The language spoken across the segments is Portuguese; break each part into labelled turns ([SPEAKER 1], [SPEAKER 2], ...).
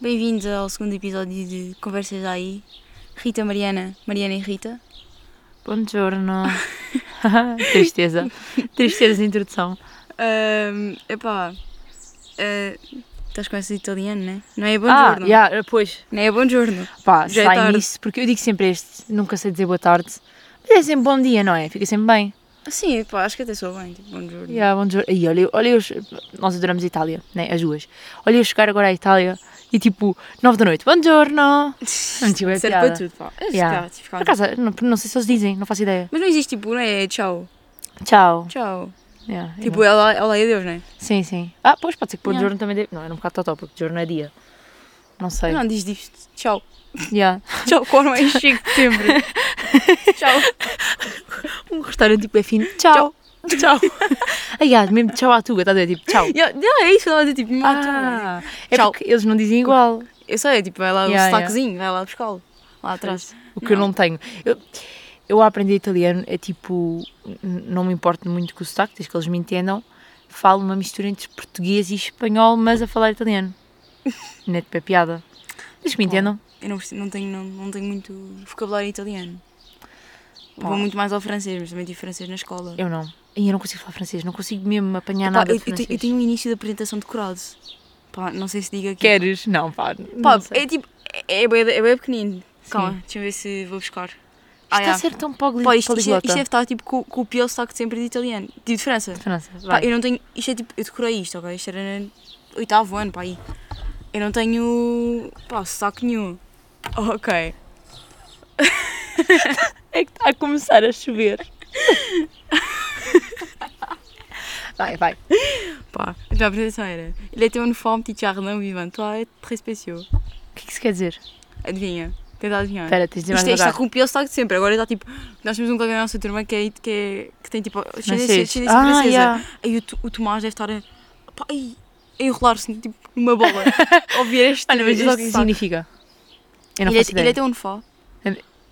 [SPEAKER 1] Bem-vindos ao segundo episódio de Conversas Aí. Rita, Mariana, Mariana e Rita.
[SPEAKER 2] Buongiorno. Tristeza. Tristeza de introdução.
[SPEAKER 1] Ahm, epá, ah, estás com essa de italiano, né? não é? Bom
[SPEAKER 2] ah,
[SPEAKER 1] giorno.
[SPEAKER 2] yeah, pois.
[SPEAKER 1] Não é bom giorno.
[SPEAKER 2] Pá,
[SPEAKER 1] Já é
[SPEAKER 2] sai
[SPEAKER 1] tarde.
[SPEAKER 2] nisso, porque eu digo sempre este, nunca sei dizer boa tarde. Mas é sempre bom dia, não é? Fica sempre bem.
[SPEAKER 1] Sim, epá, acho que até sou bem, tipo, bom giorno.
[SPEAKER 2] Yeah, buongiorno. E olha, eu- olha, eu, nós adoramos a Itália, né? As duas. Olha, eu chegar agora à Itália e tipo, nove da noite, buongiorno. Muito bem,
[SPEAKER 1] Serve para
[SPEAKER 2] piada.
[SPEAKER 1] tudo, pá.
[SPEAKER 2] Yeah.
[SPEAKER 1] Tá, tipo,
[SPEAKER 2] Por
[SPEAKER 1] calma.
[SPEAKER 2] acaso, não, não sei se eles dizem, não faço ideia.
[SPEAKER 1] Mas não existe, tipo, não é tchau,
[SPEAKER 2] Tchau.
[SPEAKER 1] tchau.
[SPEAKER 2] Yeah, eu
[SPEAKER 1] Tipo, é olá, olá e adeus, né?
[SPEAKER 2] Sim, sim. Ah, pois pode ser que por
[SPEAKER 1] Yeah.
[SPEAKER 2] yeah. também dê. Não, era um bocado totó, porque Jorno é dia. Não sei.
[SPEAKER 1] Não, diz disto, tchau.
[SPEAKER 2] Yeah.
[SPEAKER 1] Tchau, qual mais chique de sempre. tchau.
[SPEAKER 2] Um restaurante tipo é fino. Tchau. Tchau. Ai, ah, mesmo tchau à tuga, estás a ver? Tipo, tchau.
[SPEAKER 1] Yeah, não, é isso, ela é tipo, não, tchau.
[SPEAKER 2] Ah, é
[SPEAKER 1] Tchau.
[SPEAKER 2] porque eles não dizem igual.
[SPEAKER 1] Eu sei, tipo, vai lá
[SPEAKER 2] Yeah,
[SPEAKER 1] o sotaquezinho, vai lá buscá-lo. Lá atrás.
[SPEAKER 2] O que eu não tenho. Eu, eu a aprender italiano é tipo. n- Não me importo muito com o sotaque, desde que eles me entendam. Falo uma mistura entre português e espanhol, mas a falar italiano. Não é tipo é piada. Desde que me entendam.
[SPEAKER 1] Eu não, perce- não, tenho, não, não tenho muito vocabulário italiano.
[SPEAKER 2] Pá.
[SPEAKER 1] Vou muito mais ao francês, mas também tive francês na escola.
[SPEAKER 2] Eu não. E eu não consigo falar francês, não consigo mesmo apanhar
[SPEAKER 1] Pá,
[SPEAKER 2] nada
[SPEAKER 1] eu,
[SPEAKER 2] de
[SPEAKER 1] eu te-
[SPEAKER 2] francês.
[SPEAKER 1] eu tenho um início da apresentação decorado. Pá, não sei se diga aqui.
[SPEAKER 2] Queres? Não, pá. é não
[SPEAKER 1] Pá,
[SPEAKER 2] sei.
[SPEAKER 1] é tipo, é, é, bem, é bem pequenino.
[SPEAKER 2] Sim.
[SPEAKER 1] Calma, deixa eu ver se vou buscar.
[SPEAKER 2] Isto
[SPEAKER 1] Ah,
[SPEAKER 2] está a
[SPEAKER 1] yeah.
[SPEAKER 2] ser tão pogli-
[SPEAKER 1] Pá, isto, isto, é-
[SPEAKER 2] poliglota.
[SPEAKER 1] isto deve estar tipo com, com o pior sotaque sempre de italiano. Tipo de França.
[SPEAKER 2] França, vai.
[SPEAKER 1] Pá, eu não tenho. Isto é tipo. Eu decorei isto, ok? Isto era no oitavo ano, pá, aí. Eu não tenho. pá, sotaque nenhum. Ok.
[SPEAKER 2] É que está a começar a chover. vai, vai.
[SPEAKER 1] Pá, então a apresentação era. Ele était uniforme, tipo, petit jardin vivant, toi é très spéciaux.
[SPEAKER 2] O que é que se quer dizer?
[SPEAKER 1] Adivinha. Tenta adivinhar.
[SPEAKER 2] Espera, tens de dizer mais
[SPEAKER 1] Isto, é- isto está
[SPEAKER 2] devagar.
[SPEAKER 1] com o pior sotaque de sempre. Agora está tipo. Nós temos um colega na nossa turma que, é, que, é, que tem tipo. ascendência
[SPEAKER 2] Francês.
[SPEAKER 1] ascendência
[SPEAKER 2] Ah,
[SPEAKER 1] francesa.
[SPEAKER 2] yeah.
[SPEAKER 1] Aí o, Tu- o Tomás deve estar a. pá, aí, a enrolar-se tipo, numa bola. a ouvir este.
[SPEAKER 2] Olha, mas diz lá o que é que
[SPEAKER 1] este sotaque.
[SPEAKER 2] significa. Eu não
[SPEAKER 1] Ele
[SPEAKER 2] faço
[SPEAKER 1] é- Ele
[SPEAKER 2] ideia.
[SPEAKER 1] était uniforme.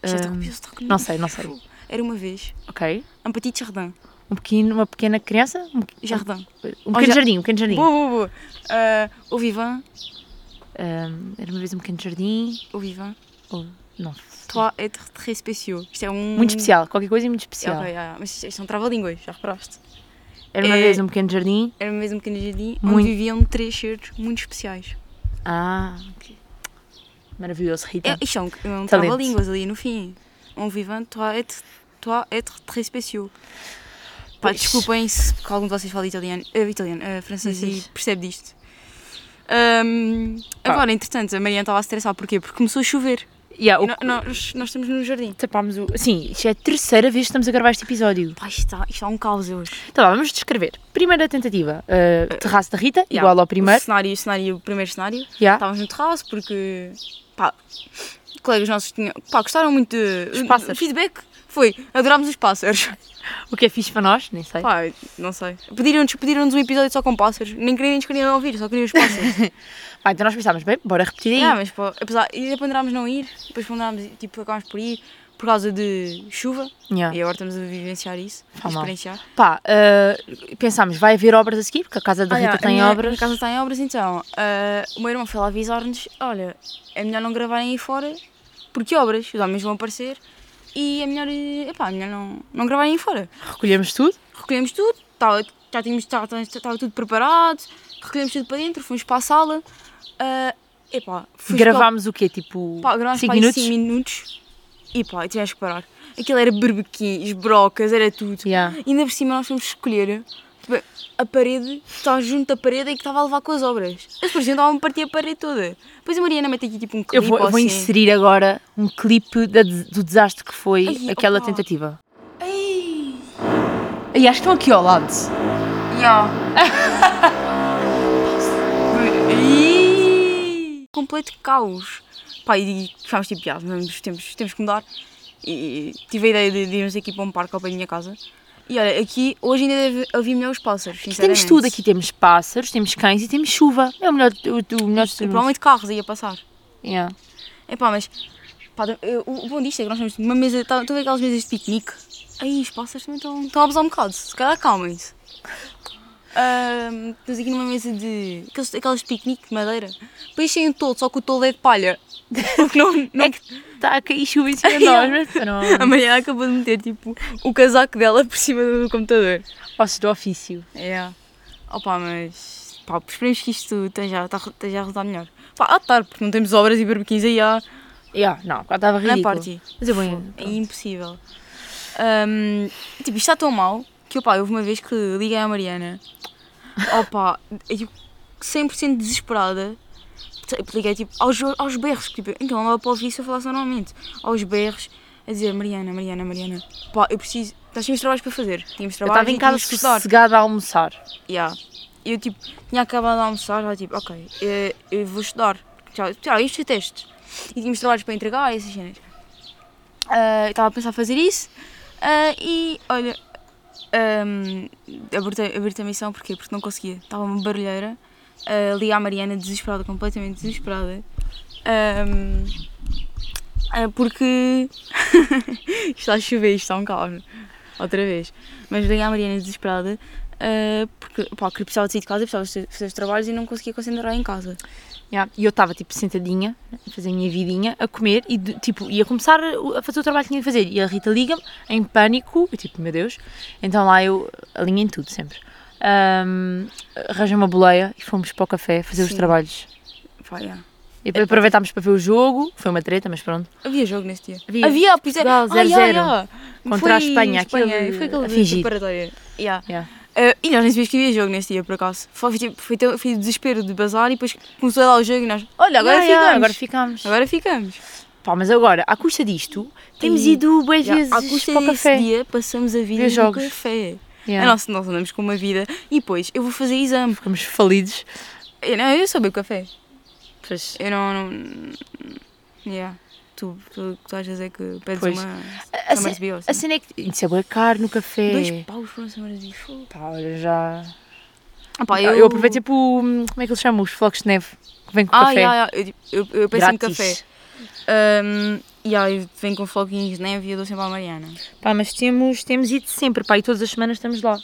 [SPEAKER 1] Isto é tipo- está com o
[SPEAKER 2] Ahm,
[SPEAKER 1] pior sotaque
[SPEAKER 2] não sei, não sei.
[SPEAKER 1] Era uma vez.
[SPEAKER 2] Hum, ok.
[SPEAKER 1] Um petit jardin.
[SPEAKER 2] Um pequeno, uma pequena criança? Um,
[SPEAKER 1] Jardin.
[SPEAKER 2] um pequeno
[SPEAKER 1] já-
[SPEAKER 2] jardim, um pequeno jardim.
[SPEAKER 1] Boa, boa, boa. Ah, au vivant,
[SPEAKER 2] Ahm, era uma vez um pequeno jardim.
[SPEAKER 1] au vivant.
[SPEAKER 2] ou-
[SPEAKER 1] Hum.
[SPEAKER 2] não.
[SPEAKER 1] Toi être très spéciaux. Isto é um...
[SPEAKER 2] Muito especial, qualquer coisa muito
[SPEAKER 1] É,
[SPEAKER 2] especial.
[SPEAKER 1] ok, ah, mas isto são trava-línguas, já reparaste?
[SPEAKER 2] Era uma
[SPEAKER 1] É-
[SPEAKER 2] vez um pequeno jardim.
[SPEAKER 1] Era mesmo um pequeno jardim onde
[SPEAKER 2] Muito.
[SPEAKER 1] viviam três seres muito especiais.
[SPEAKER 2] Ah, ok. Maravilhoso, Rita.
[SPEAKER 1] É, isto é um, é um
[SPEAKER 2] Talento.
[SPEAKER 1] trava-línguas ali no fim. Au vivant, toi être, toi être très spéciaux. Pá,
[SPEAKER 2] Pois.
[SPEAKER 1] desculpem se porque algum de vocês fala italiano, eh, italiano eh, francês
[SPEAKER 2] Francês.
[SPEAKER 1] e percebe disto. Ahm,
[SPEAKER 2] Uhum. Pá.
[SPEAKER 1] agora, entretanto, a Mariana estava a se estressar. Porquê? Porque começou a chover.
[SPEAKER 2] Yeah,
[SPEAKER 1] E
[SPEAKER 2] o-
[SPEAKER 1] no- nós, nós estamos no jardim.
[SPEAKER 2] tapámos o. Sim, isto é a terceira vez que estamos a gravar este episódio.
[SPEAKER 1] Pá, isto está, isto está um caos hoje.
[SPEAKER 2] Então, vá, vamos descrever. Primeira tentativa: uh, terraço da Rita,
[SPEAKER 1] Yeah.
[SPEAKER 2] igual ao
[SPEAKER 1] O,
[SPEAKER 2] primeiro.
[SPEAKER 1] cenário, o, cenário, o primeiro cenário.
[SPEAKER 2] Yeah.
[SPEAKER 1] Estávamos no terraço porque, pá, colegas nossos tinham, pá, gostaram muito de...
[SPEAKER 2] Os pássaros.
[SPEAKER 1] O feedback foi, adorámos os pássaros.
[SPEAKER 2] O que é fixe para nós, nem sei.
[SPEAKER 1] Pá, não sei. Pediram-nos pediram um episódio só com pássaros. Nem queriam, nem nos queriam ouvir, só queriam os pássaros.
[SPEAKER 2] Pá, então nós pensámos, bem, bora repetir aí.
[SPEAKER 1] ah, mas pá, apesar... E depois ponderámos não ir. Depois ponderámos, tipo, acabámos por ir por causa de chuva.
[SPEAKER 2] Yeah.
[SPEAKER 1] E agora estamos a vivenciar isso, a
[SPEAKER 2] Pá, Ah. mal.
[SPEAKER 1] experienciar.
[SPEAKER 2] Pá, uh, pensámos, vai haver obras a seguir, porque a casa da
[SPEAKER 1] Ah,
[SPEAKER 2] Rita
[SPEAKER 1] yeah, a
[SPEAKER 2] tem
[SPEAKER 1] minha- A
[SPEAKER 2] obras.
[SPEAKER 1] minha casa está em obras, então. ah, o meu irmão foi lá avisar-nos: olha, é melhor não gravarem aí fora, porque obras, os homens vão aparecer e é melhor, eh, epá, é melhor não, não gravarem aí fora.
[SPEAKER 2] Recolhemos tudo.
[SPEAKER 1] Recolhemos tudo, estava, já tínhamos, estava, estava- estava tudo preparado, recolhemos tudo para dentro, fomos para a sala. ah, epá, fomos
[SPEAKER 2] gravámos o quê? Tipo,
[SPEAKER 1] Para, pá, gravámos
[SPEAKER 2] 5
[SPEAKER 1] para aí
[SPEAKER 2] minutos?
[SPEAKER 1] cinco minutos e pá, e tivemos que parar. Aquilo era berbequins, brocas, era tudo.
[SPEAKER 2] Yeah.
[SPEAKER 1] E ainda por cima nós fomos escolher tipo, a parede que está junto à parede e que estava a levar com as obras. Eles pareciam que estavam a partir a parede toda. Depois a Mariana mete aqui tipo um
[SPEAKER 2] Eu
[SPEAKER 1] clipe
[SPEAKER 2] vou,
[SPEAKER 1] ou
[SPEAKER 2] eu vou
[SPEAKER 1] assim.
[SPEAKER 2] inserir agora um clipe da des- do desastre que foi
[SPEAKER 1] Ai,
[SPEAKER 2] aquela
[SPEAKER 1] opa.
[SPEAKER 2] tentativa.
[SPEAKER 1] Ei!
[SPEAKER 2] E acho que estão aqui ao lado.
[SPEAKER 1] Ya. Ih! Completo caos. Pá, e ficámos tipo, já, vamos, temos, temos que mudar. E tive a ideia de, de irmos aqui para um parque ao pé da minha casa. E olha, aqui hoje ainda deve ouvir melhor os pássaros.
[SPEAKER 2] Temos
[SPEAKER 1] sinceramente.
[SPEAKER 2] tudo aqui, temos pássaros, temos cães e temos chuva. É o melhor, o, o melhor
[SPEAKER 1] E
[SPEAKER 2] cenário.
[SPEAKER 1] provavelmente carros aí a passar.
[SPEAKER 2] Yeah.
[SPEAKER 1] É pá, mas pá, eu- o o bom disto é que nós temos uma mesa, estão a ver aquelas mesas de piquenique? Aí os pássaros também estão, estão a abusar um bocado, se calhar acalmem-se. Ahm, estamos aqui numa mesa de. Aqueles, aquelas de piquenique de madeira. Peixem o tolo, só que o tolo é de palha. Porque não. não...
[SPEAKER 2] É que está a cair chuva em cima de nós, mas
[SPEAKER 1] A
[SPEAKER 2] pronto.
[SPEAKER 1] Mariana acabou de meter tipo o casaco dela por cima do computador.
[SPEAKER 2] Ossos do ofício.
[SPEAKER 1] É. Opa, mas. Pá, esperemos que isto esteja, tá- esteja a rodar melhor. Pá, a tarde, porque não temos obras e barbequins aí à,
[SPEAKER 2] Yeah, não, agora estava
[SPEAKER 1] na
[SPEAKER 2] ridículo.
[SPEAKER 1] party.
[SPEAKER 2] Mas eu vou
[SPEAKER 1] É impossível. Ahm, tipo, isto está tão mal que opá, houve uma vez que liguei à Mariana. Opá, eu tipo, 100% desesperada. tipo, Liguei tipo aos, aos berros, tipo, então não dava para ouvir se eu falasse normalmente. Aos berros, a dizer Mariana, Mariana, Mariana. Pá, eu preciso. Nós tínhamos trabalhos para fazer. Tínhamos
[SPEAKER 2] Eu
[SPEAKER 1] trabalhos
[SPEAKER 2] estava em
[SPEAKER 1] e
[SPEAKER 2] casa
[SPEAKER 1] tínhamos que estudar.
[SPEAKER 2] sossegada a almoçar.
[SPEAKER 1] Yeah. Eu tipo, tinha acabado de almoçar, estava tipo, ok, eh, eu, vou estudar. Já, já, isto é testes. E tínhamos trabalhos para entregar e essas cenas. Ah, eu estava a pensar em fazer isso ah, e olha, ahm, abertei, abertei a missão porquê? porque não conseguia. Estava uma barulheira. ah, li à Mariana desesperada, completamente desesperada. Ahm, ah, porque isto está a chover, isto está um caos. Outra vez. Mas liguei à Mariana desesperada ah, porque pá, que precisava de sair de casa, precisava de fazer os trabalhos e não conseguia concentrar em casa.
[SPEAKER 2] Yeah. E eu estava tipo sentadinha, a fazer a minha vidinha, a comer e de- tipo, ia começar a fazer o trabalho que tinha de fazer. E a Rita liga-me, em pânico, eu tipo, meu Deus. Então lá eu alinhei em tudo, sempre. Um, arranjei uma boleia e fomos para o café fazer os
[SPEAKER 1] Sim. É
[SPEAKER 2] trabalhos.
[SPEAKER 1] Pá, yeah.
[SPEAKER 2] E aproveitámos para ver o jogo, foi uma treta, mas pronto.
[SPEAKER 1] Havia jogo nesse dia.
[SPEAKER 2] Havia.
[SPEAKER 1] Havia pois é.
[SPEAKER 2] Portugal,
[SPEAKER 1] Ah, yeah,
[SPEAKER 2] 0-0.
[SPEAKER 1] yeah.
[SPEAKER 2] Contra
[SPEAKER 1] Foi
[SPEAKER 2] a Espanha, aquele-
[SPEAKER 1] Foi
[SPEAKER 2] a
[SPEAKER 1] aquele
[SPEAKER 2] fingir.
[SPEAKER 1] preparatória. Yeah.
[SPEAKER 2] Yeah.
[SPEAKER 1] Ah, e nós nem sabíamos que havia jogo nesse dia, por acaso. Foi, tipo, foi, tão- foi desespero de bazar e depois começou a dar o jogo e nós, olha, agora
[SPEAKER 2] Yeah, yeah,
[SPEAKER 1] ficamos.
[SPEAKER 2] agora ficámos.
[SPEAKER 1] Agora ficamos.
[SPEAKER 2] Pá, mas agora, à custa disto, temos
[SPEAKER 1] E-
[SPEAKER 2] ido boas
[SPEAKER 1] Yeah,
[SPEAKER 2] vezes
[SPEAKER 1] à custa
[SPEAKER 2] para o
[SPEAKER 1] desse
[SPEAKER 2] café.
[SPEAKER 1] dia passamos a vida no
[SPEAKER 2] Ver jogos.
[SPEAKER 1] café.
[SPEAKER 2] Yeah.
[SPEAKER 1] A nossa, nós andamos com uma vida e depois eu vou fazer exame.
[SPEAKER 2] Ficamos falidos.
[SPEAKER 1] Eu, não, eu só bebo café.
[SPEAKER 2] Pois,
[SPEAKER 1] Eu não. não yeah. tu, tu, tu achas é que pedes
[SPEAKER 2] Pois.
[SPEAKER 1] uma.
[SPEAKER 2] a, ce-
[SPEAKER 1] Summersby ou
[SPEAKER 2] a
[SPEAKER 1] assim.
[SPEAKER 2] cena é que isso é bué caro no café.
[SPEAKER 1] Dois paus foram Summersby. fogo.
[SPEAKER 2] Pá, olha, já...
[SPEAKER 1] Ah, pá,
[SPEAKER 2] eu... aproveito tipo, hum, como é que eles chamam? Os flocos de neve que vem com
[SPEAKER 1] Ah,
[SPEAKER 2] café.
[SPEAKER 1] yeah, yeah, Eu, tipo, eu, eu penso em
[SPEAKER 2] Grátis.
[SPEAKER 1] café. Um, yeah, eu venho com floquinhos de neve e eu dou sempre à Mariana.
[SPEAKER 2] Pá, mas temos, temos ido sempre, pá, e todas as semanas estamos lá.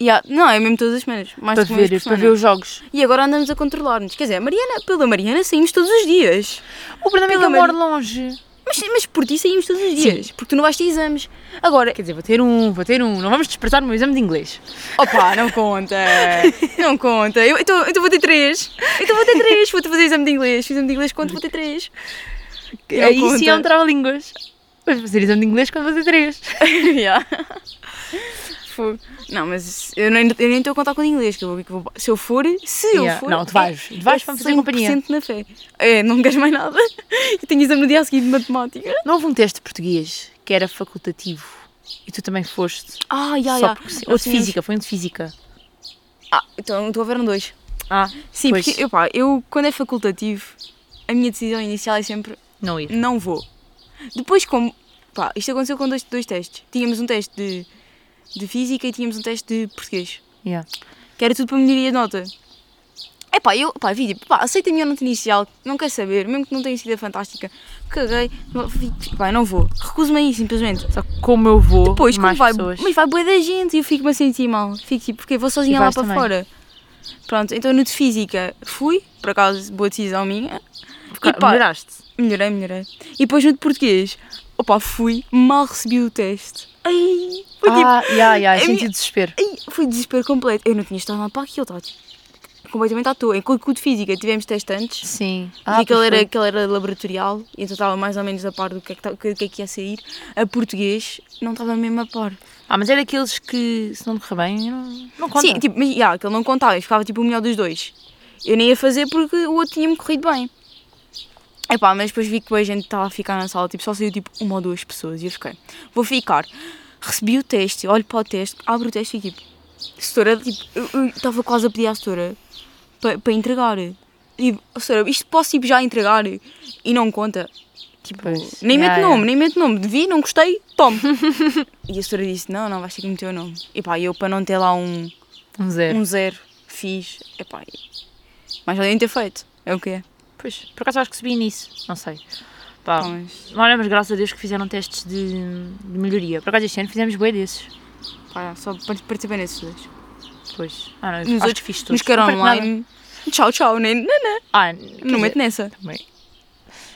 [SPEAKER 1] Yeah, não, é mesmo todas as semanas. Mais
[SPEAKER 2] para
[SPEAKER 1] do que uma vez
[SPEAKER 2] ver,
[SPEAKER 1] por
[SPEAKER 2] para
[SPEAKER 1] semana.
[SPEAKER 2] ver os jogos.
[SPEAKER 1] E agora andamos a controlar-nos. Quer dizer, a Mariana, pela Mariana saímos todos os dias.
[SPEAKER 2] O problema é que
[SPEAKER 1] Pelo
[SPEAKER 2] eu
[SPEAKER 1] menos-
[SPEAKER 2] moro longe.
[SPEAKER 1] Mas, mas por ti saímos todos os dias. Porque tu não vais ter exames. Agora,
[SPEAKER 2] Quer dizer, vou ter um, vou ter um. Não vamos despertar o meu exame de inglês.
[SPEAKER 1] Opa, não conta! Não conta! Eu então então vou ter três! Então vou ter três! Vou-te fazer exame de inglês! Fiz exame de inglês quando vou ter três! Não
[SPEAKER 2] Aí sim é um
[SPEAKER 1] conta.
[SPEAKER 2] trava-línguas. Mas fazer exame de inglês quando fazer três.
[SPEAKER 1] Yeah. Fogo. Não, mas eu nem eu nem estou a contar com o de inglês. Que eu vou, que eu vou- se eu for, se eu
[SPEAKER 2] Yeah.
[SPEAKER 1] for.
[SPEAKER 2] Não, tu vais. Tu vais para me fazer companhia.
[SPEAKER 1] 100% na fé. É, não queres mais nada. Eu tenho exame no dia a seguir de matemática.
[SPEAKER 2] Não houve um teste de português que era facultativo e tu também foste.
[SPEAKER 1] Ah, já,
[SPEAKER 2] só
[SPEAKER 1] já.
[SPEAKER 2] porque sim.
[SPEAKER 1] Nós
[SPEAKER 2] Ou de
[SPEAKER 1] tínhamos-
[SPEAKER 2] física, foi um de física.
[SPEAKER 1] Ah, então estou a ver um dois.
[SPEAKER 2] Ah,
[SPEAKER 1] Sim,
[SPEAKER 2] Pois.
[SPEAKER 1] porque eu, pá, eu, quando é facultativo, a minha decisão inicial é sempre
[SPEAKER 2] não ir.
[SPEAKER 1] não vou. Depois, como. Pá, isto aconteceu com dois, dois testes. Tínhamos um teste de, de física e tínhamos um teste de português.
[SPEAKER 2] Yeah.
[SPEAKER 1] Que era tudo para melhoria de nota. É pá, eu pá, vi tipo, pá, aceito a minha nota inicial, não quero saber, mesmo que não tenha sido a fantástica, caguei, não- fi- fi- pá, não vou, recuso-me aí simplesmente.
[SPEAKER 2] Só que como eu vou,
[SPEAKER 1] Depois, como
[SPEAKER 2] mais
[SPEAKER 1] vai,
[SPEAKER 2] pessoas.
[SPEAKER 1] mas vai boa da gente e eu fico-me a sentir mal, fico tipo, porque vou sozinha
[SPEAKER 2] E
[SPEAKER 1] lá
[SPEAKER 2] vais
[SPEAKER 1] para
[SPEAKER 2] também.
[SPEAKER 1] fora. Pronto, então no de física fui, por acaso, boa decisão minha,
[SPEAKER 2] Porque
[SPEAKER 1] e pá,
[SPEAKER 2] melhoraste.
[SPEAKER 1] Melhorei, melhorei. E depois no de português, opa, fui, mal recebi o teste. Ai, foi tipo,
[SPEAKER 2] Ah, yeah, yeah,
[SPEAKER 1] a
[SPEAKER 2] senti
[SPEAKER 1] minha-
[SPEAKER 2] desespero.
[SPEAKER 1] ai, foi desespero completo. Eu não tinha estado lá para aquilo, estava tipo, completamente à toa. Enquanto que o de física tivemos teste antes,
[SPEAKER 2] Sim.
[SPEAKER 1] e aquele era,
[SPEAKER 2] Ah, pois
[SPEAKER 1] aquele era laboratorial, e então estava mais ou menos a par do que é que, ta- que, que é que ia sair. A português não estava mesmo a par.
[SPEAKER 2] foi. Ah, mas é daqueles que, se não correr bem, não, não conta.
[SPEAKER 1] Sim, tipo, mas yeah, aquele não contava, eu ficava tipo o melhor dos dois. Eu nem ia fazer porque o outro tinha-me corrido bem. Epá, mas depois vi que a gente estava a ficar na sala, tipo, só saiu tipo uma ou duas pessoas e eu fiquei, vou ficar. Recebi o teste, olho para o teste, abro o teste e tipo, setora, tipo, eu eu estava quase a pedir à setora para, para entregar. Tipo, setora, isto posso tipo, já entregar e não conta. Tipo,
[SPEAKER 2] Pois,
[SPEAKER 1] nem
[SPEAKER 2] yeah,
[SPEAKER 1] mete
[SPEAKER 2] yeah.
[SPEAKER 1] nome, nem mete nome, vi, não gostei, tome. e a setora disse, não, não vais ter que meter o nome. E pá, eu para não ter lá um
[SPEAKER 2] Um zero.
[SPEAKER 1] um zero, fiz, epá, e- mas já deviam ter feito, é o que é.
[SPEAKER 2] Pois, por acaso acho que subi nisso. Não sei. Pá.
[SPEAKER 1] Mas,
[SPEAKER 2] Olha, mas graças a Deus que fizeram testes de, de melhoria. Por acaso este ano fizemos bué desses.
[SPEAKER 1] pá, só par- participei nesses dois.
[SPEAKER 2] Pois. Ah, não, eu
[SPEAKER 1] Nos
[SPEAKER 2] acho
[SPEAKER 1] outros
[SPEAKER 2] que fiz todos.
[SPEAKER 1] Nos quero
[SPEAKER 2] Não perco nada.
[SPEAKER 1] online. Tchau, tchau, nem. Não, não,
[SPEAKER 2] Ah, quer
[SPEAKER 1] não
[SPEAKER 2] dizer,
[SPEAKER 1] meto nessa.
[SPEAKER 2] também.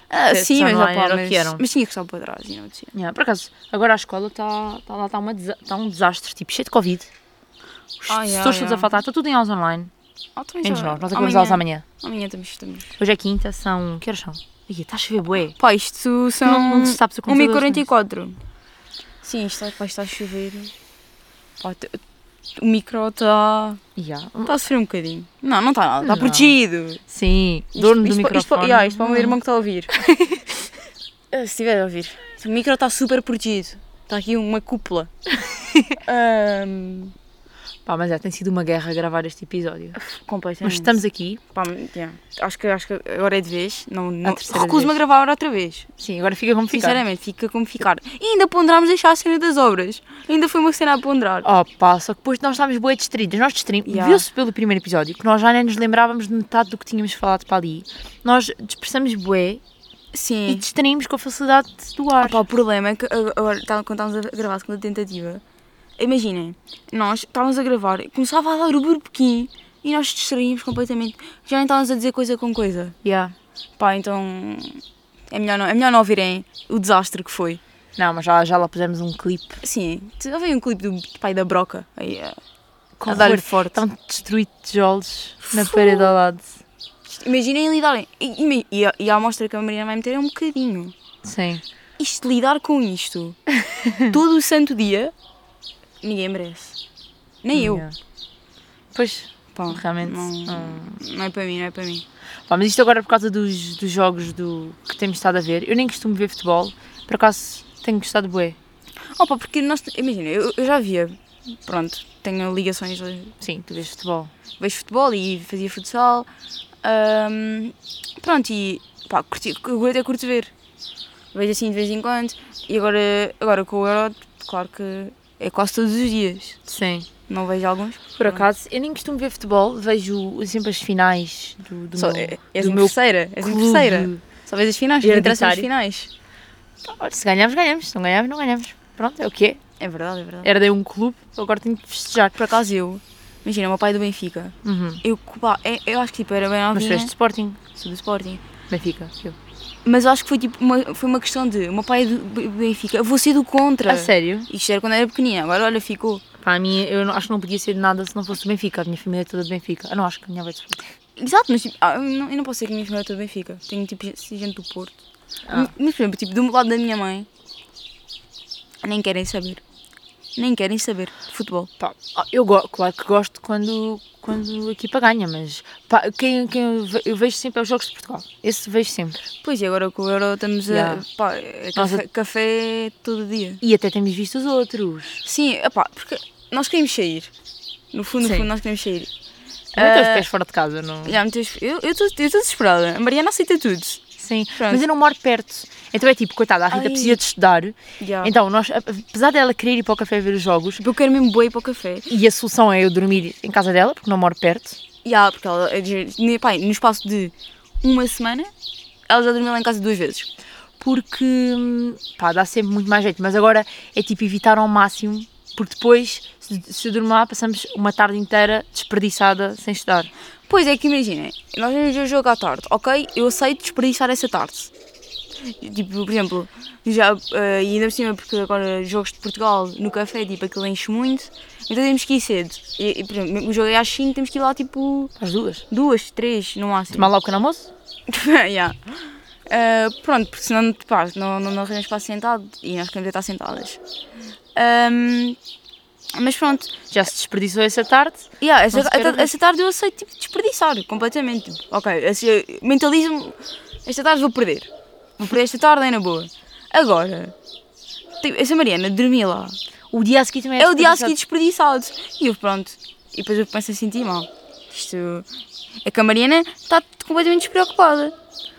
[SPEAKER 2] Ah,
[SPEAKER 1] Sim, mas,
[SPEAKER 2] online
[SPEAKER 1] opá,
[SPEAKER 2] era o
[SPEAKER 1] mas,
[SPEAKER 2] que eram.
[SPEAKER 1] mas tinha que estar para trás e não tinha.
[SPEAKER 2] Yeah, por acaso, agora a escola está tá lá, está tá um desastre, tipo, cheio de Covid. Os
[SPEAKER 1] Ah, yeah,
[SPEAKER 2] professores todos
[SPEAKER 1] yeah.
[SPEAKER 2] a faltar, está tudo em aulas online.
[SPEAKER 1] Ah, também
[SPEAKER 2] Menos
[SPEAKER 1] já-
[SPEAKER 2] nós, nós acabamos aulas amanhã.
[SPEAKER 1] Amanhã estamos, estamos.
[SPEAKER 2] Hoje é quinta, são. Que horas são? Ih, está a chover, bué.
[SPEAKER 1] Pá, isto são
[SPEAKER 2] Não- não se sabe se o computador
[SPEAKER 1] 1h44. Sim, isto pá, está a chover. Pá, te- o micro está
[SPEAKER 2] Yeah.
[SPEAKER 1] está a sofrer um bocadinho. Não, não está nada, está
[SPEAKER 2] Não.
[SPEAKER 1] protegido.
[SPEAKER 2] Sim,
[SPEAKER 1] Isto-
[SPEAKER 2] dono do
[SPEAKER 1] isto,
[SPEAKER 2] microfone.
[SPEAKER 1] Isto, para- yeah, isto um para o meu irmão que está a ouvir. Ah, Se estiver a ouvir. O micro está super protegido. Está aqui uma cúpula. Ahm,
[SPEAKER 2] Pá, mas é, tem sido uma guerra gravar este episódio. Mas
[SPEAKER 1] completamente.
[SPEAKER 2] estamos aqui.
[SPEAKER 1] é Pá, yeah. acho, que, acho que agora é de vez. Não, não,
[SPEAKER 2] terceira
[SPEAKER 1] Recuso-me a
[SPEAKER 2] vez.
[SPEAKER 1] gravar outra vez.
[SPEAKER 2] Sim, agora fica como ficar.
[SPEAKER 1] Sinceramente, fica como ficar. E ainda ponderámos deixar a cena das obras. Ainda foi uma cena a ponderar.
[SPEAKER 2] Oh pá, só que depois nós estávamos bué distraídas. Nós distraímos.
[SPEAKER 1] Yeah.
[SPEAKER 2] Viu-se pelo primeiro episódio que nós já nem nos lembrávamos de metade do que tínhamos falado para ali. Nós dispersamos bué e
[SPEAKER 1] Sim.
[SPEAKER 2] distraímos com a facilidade do ar.
[SPEAKER 1] Opa, o problema é que ag- agora, tá- quando estávamos a gravar a segunda tentativa, imaginem, nós estávamos a gravar, começava a dar o burbequim e nós distraímos completamente. Já nem estávamos a dizer coisa com coisa.
[SPEAKER 2] Yeah.
[SPEAKER 1] Pá, então é melhor não, é melhor não ouvirem o desastre que foi.
[SPEAKER 2] Não, mas já, já lá pusemos um clipe.
[SPEAKER 1] Sim, havia um clipe do pai da Broca aí eh, a, a
[SPEAKER 2] Horror.
[SPEAKER 1] dar-lhe forte.
[SPEAKER 2] Estão destruído tijolos na parede ao lado.
[SPEAKER 1] Imaginem lidarem. E, e, e a, e a amostra que a Marina vai meter é um bocadinho.
[SPEAKER 2] Sim.
[SPEAKER 1] Isto, lidar com isto todo o santo dia, ninguém merece. Nem eu.
[SPEAKER 2] Yeah. Pois,
[SPEAKER 1] Pá,
[SPEAKER 2] realmente.
[SPEAKER 1] Não,
[SPEAKER 2] hum.
[SPEAKER 1] não é para mim, não é para mim.
[SPEAKER 2] Pá, mas isto agora é por causa dos, dos jogos do, que temos estado a ver. Eu nem costumo ver futebol. Por acaso tenho gostado bué.
[SPEAKER 1] Opa, porque nós. Imagina, eu, eu já via. Pronto, tenho ligações.
[SPEAKER 2] Sim, tu vês futebol.
[SPEAKER 1] Vejo futebol e fazia futsal. ahm, pronto, e. Pá, curti, eu até curto ver. Vejo assim de vez em quando. E agora, agora com o Euro, claro que é quase todos os dias.
[SPEAKER 2] Sim.
[SPEAKER 1] Não vejo alguns.
[SPEAKER 2] Por acaso, eu nem costumo ver futebol, vejo sempre as finais do, do
[SPEAKER 1] Só,
[SPEAKER 2] meu,
[SPEAKER 1] é- és
[SPEAKER 2] do
[SPEAKER 1] uma
[SPEAKER 2] meu
[SPEAKER 1] terceira. És uma
[SPEAKER 2] clube.
[SPEAKER 1] terceira. Só vês as finais, não interessa as
[SPEAKER 2] Hereditário.
[SPEAKER 1] finais.
[SPEAKER 2] Olha, Se ganhamos, ganhamos. Se não ganhamos, não ganhamos. Pronto, é o que é.
[SPEAKER 1] É verdade, é verdade.
[SPEAKER 2] Herdei um clube, agora tenho que festejar.
[SPEAKER 1] Por acaso eu. Imagina, o meu pai é do Benfica.
[SPEAKER 2] Uhum.
[SPEAKER 1] Eu, pá, é- eu acho que tipo, era bem
[SPEAKER 2] Mas
[SPEAKER 1] novinha.
[SPEAKER 2] fez de Sporting.
[SPEAKER 1] Sou do Sporting.
[SPEAKER 2] Benfica. Eu.
[SPEAKER 1] Mas eu acho que foi tipo uma, foi uma questão de o meu pai é do B- Benfica, eu vou ser do contra.
[SPEAKER 2] A sério?
[SPEAKER 1] Isto era quando era pequenina, agora olha, ficou.
[SPEAKER 2] Pá, a minha, eu não- acho que não podia ser de nada se não fosse do Benfica. A minha família é toda do Benfica. Eu não acho que a minha vai de Sporting.
[SPEAKER 1] Exato, mas tipo, ah, eu, não, eu não posso ser que a minha família é toda Benfica. Tenho tipo gente gente do Porto.
[SPEAKER 2] Ah.
[SPEAKER 1] Mas por exemplo, tipo, do lado da minha mãe, nem querem saber. Nem querem saber de futebol.
[SPEAKER 2] Pá, ah, eu go- claro que gosto quando, quando a equipa ganha, mas pá, quem, quem eu, ve- eu vejo sempre é os Jogos de Portugal. Esse vejo sempre.
[SPEAKER 1] Pois e agora com o Euro estamos a.
[SPEAKER 2] Yeah.
[SPEAKER 1] pá, é
[SPEAKER 2] Nós a-
[SPEAKER 1] café, café todo dia.
[SPEAKER 2] E até temos visto os outros.
[SPEAKER 1] Sim, epá, porque nós queremos sair. No fundo, no
[SPEAKER 2] Sim.
[SPEAKER 1] fundo, nós queremos sair.
[SPEAKER 2] é Eu Até os
[SPEAKER 1] Ah.
[SPEAKER 2] pés fora de casa, não.
[SPEAKER 1] Já, muito- eu estou desesperada. A Mariana aceita tudo.
[SPEAKER 2] Sim,
[SPEAKER 1] Pronto.
[SPEAKER 2] mas eu não moro perto. Então é tipo, coitada, a Rita
[SPEAKER 1] Ai.
[SPEAKER 2] precisa de estudar.
[SPEAKER 1] Yeah.
[SPEAKER 2] Então, nós, a- apesar dela querer ir para o café ver os jogos,
[SPEAKER 1] Tipo, eu quero mesmo boi para o café.
[SPEAKER 2] e a solução é eu dormir em casa dela, porque não moro perto.
[SPEAKER 1] E ela, porque ela, é de- ne- pá, no espaço de uma semana, ela já dormiu lá em casa duas vezes.
[SPEAKER 2] porque hum, pá, dá sempre muito mais jeito. Mas agora é tipo evitar ao máximo, porque depois, se, se eu dormir lá, passamos uma tarde inteira desperdiçada sem estudar.
[SPEAKER 1] Pois é que imaginem, nós vamos ver o jogo à tarde, ok? Eu aceito desperdiçar essa tarde. Tipo, por exemplo, já, eh, e ainda por cima, porque agora jogos de Portugal no café, tipo, aquilo enche muito, então temos que ir cedo. E, e, por exemplo, o jogo é às 5, temos que ir lá tipo
[SPEAKER 2] Às duas.
[SPEAKER 1] duas, três no máximo.
[SPEAKER 2] Tomar lá o pequeno almoço?
[SPEAKER 1] yeah. Ah, pronto, porque senão pá, não, não, não arranjas espaço sentado e nós queremos é estar sentadas. Ahm, mas pronto,
[SPEAKER 2] Já se desperdiçou essa tarde?
[SPEAKER 1] yeah, essa,
[SPEAKER 2] Não se quer
[SPEAKER 1] esta-
[SPEAKER 2] arranjar.
[SPEAKER 1] essa tarde eu aceito tipo, desperdiçar completamente. Tipo, ok, esse- mentalismo, esta tarde vou perder. Vou perder esta tarde, é na boa. Agora, tipo, essa Mariana dormia lá.
[SPEAKER 2] O dia a seguir também é
[SPEAKER 1] É o dia a seguir
[SPEAKER 2] desperdiçado.
[SPEAKER 1] desperdiçado. E eu pronto, e depois eu começo a sentir mal. Isto é que a Mariana está completamente despreocupada.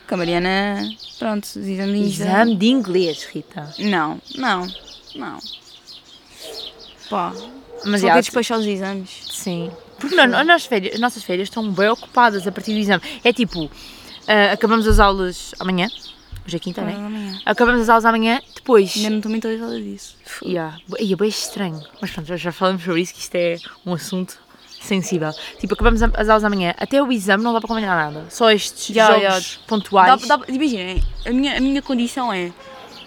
[SPEAKER 1] Que a Mariana, pronto, os exames. da-
[SPEAKER 2] Exame de inglês, Rita.
[SPEAKER 1] Não, não, não. Pá,
[SPEAKER 2] Mas
[SPEAKER 1] só é tipo
[SPEAKER 2] já,
[SPEAKER 1] quer despachar os exames.
[SPEAKER 2] Sim. Porque não, as, nossas férias, as nossas férias estão bem ocupadas a partir do exame. É tipo, ah, acabamos as aulas amanhã. Hoje é quinta,
[SPEAKER 1] Pá,
[SPEAKER 2] né?
[SPEAKER 1] amanhã.
[SPEAKER 2] Acabamos as aulas amanhã, depois.
[SPEAKER 1] Ainda não estou mentalizada disso.
[SPEAKER 2] Yeah. E é bem estranho. Mas pronto, já- já falamos sobre isso, que isto é um assunto sensível. Tipo, acabamos a- as aulas amanhã. Até o exame não dá para combinar nada. Só estes
[SPEAKER 1] Ya,
[SPEAKER 2] jogos
[SPEAKER 1] ya. Dá-
[SPEAKER 2] pontuais.
[SPEAKER 1] dá- Imaginem, a minha, a minha condição é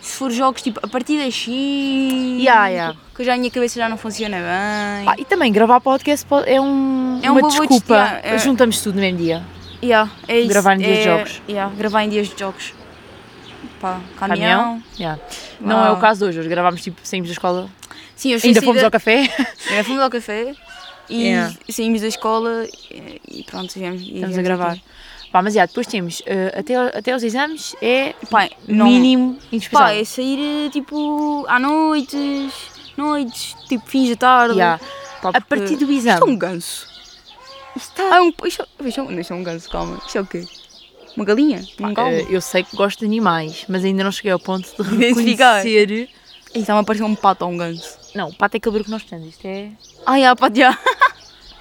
[SPEAKER 1] se for jogos tipo a partir das 5,
[SPEAKER 2] Ya, ya.
[SPEAKER 1] que já a minha cabeça já não funciona bem.
[SPEAKER 2] Ah, e também gravar podcast po- é, um,
[SPEAKER 1] É um
[SPEAKER 2] uma
[SPEAKER 1] bom bote-
[SPEAKER 2] desculpa.
[SPEAKER 1] ya, é-
[SPEAKER 2] Juntamos tudo no mesmo dia.
[SPEAKER 1] Ya, é isso,
[SPEAKER 2] Gravar em dias de
[SPEAKER 1] é-
[SPEAKER 2] jogos.
[SPEAKER 1] ya, gravar em dias de jogos. Pá, caminhão.
[SPEAKER 2] Caminhão. Ya. Não é
[SPEAKER 1] Uau.
[SPEAKER 2] o caso de hoje. Hoje gravámos, tipo, saímos da escola.
[SPEAKER 1] Sim, eu
[SPEAKER 2] Ainda fomos ao café.
[SPEAKER 1] café. Fomos ao café e
[SPEAKER 2] Yeah.
[SPEAKER 1] saímos da escola e, e pronto, viemos. e viemos
[SPEAKER 2] Estamos a
[SPEAKER 1] aqui.
[SPEAKER 2] gravar. Pá, mas já, depois temos eh, até, até os exames é
[SPEAKER 1] Pá, não-
[SPEAKER 2] mínimo indispensável.
[SPEAKER 1] Pá, é sair eh, tipo à noites, noites, tipo fins da tarde.
[SPEAKER 2] Ya.
[SPEAKER 1] Pá,
[SPEAKER 2] A
[SPEAKER 1] porque-
[SPEAKER 2] partir do
[SPEAKER 1] é Isto é
[SPEAKER 2] exame.
[SPEAKER 1] um ganso. Isto é um. Isto é, isto é, não, isto é um ganso, calma. Isto é o quê? Uma galinha? Um
[SPEAKER 2] Pá,
[SPEAKER 1] galo?
[SPEAKER 2] eh, eu sei que gosto de animais, mas ainda não cheguei ao ponto de
[SPEAKER 1] Identificar.
[SPEAKER 2] reconhecer.
[SPEAKER 1] Isto está-me a parecer um pato ou um ganso.
[SPEAKER 2] Não, pato é aquele barulho que nós temos. Isto é,
[SPEAKER 1] Ah, já, pato já.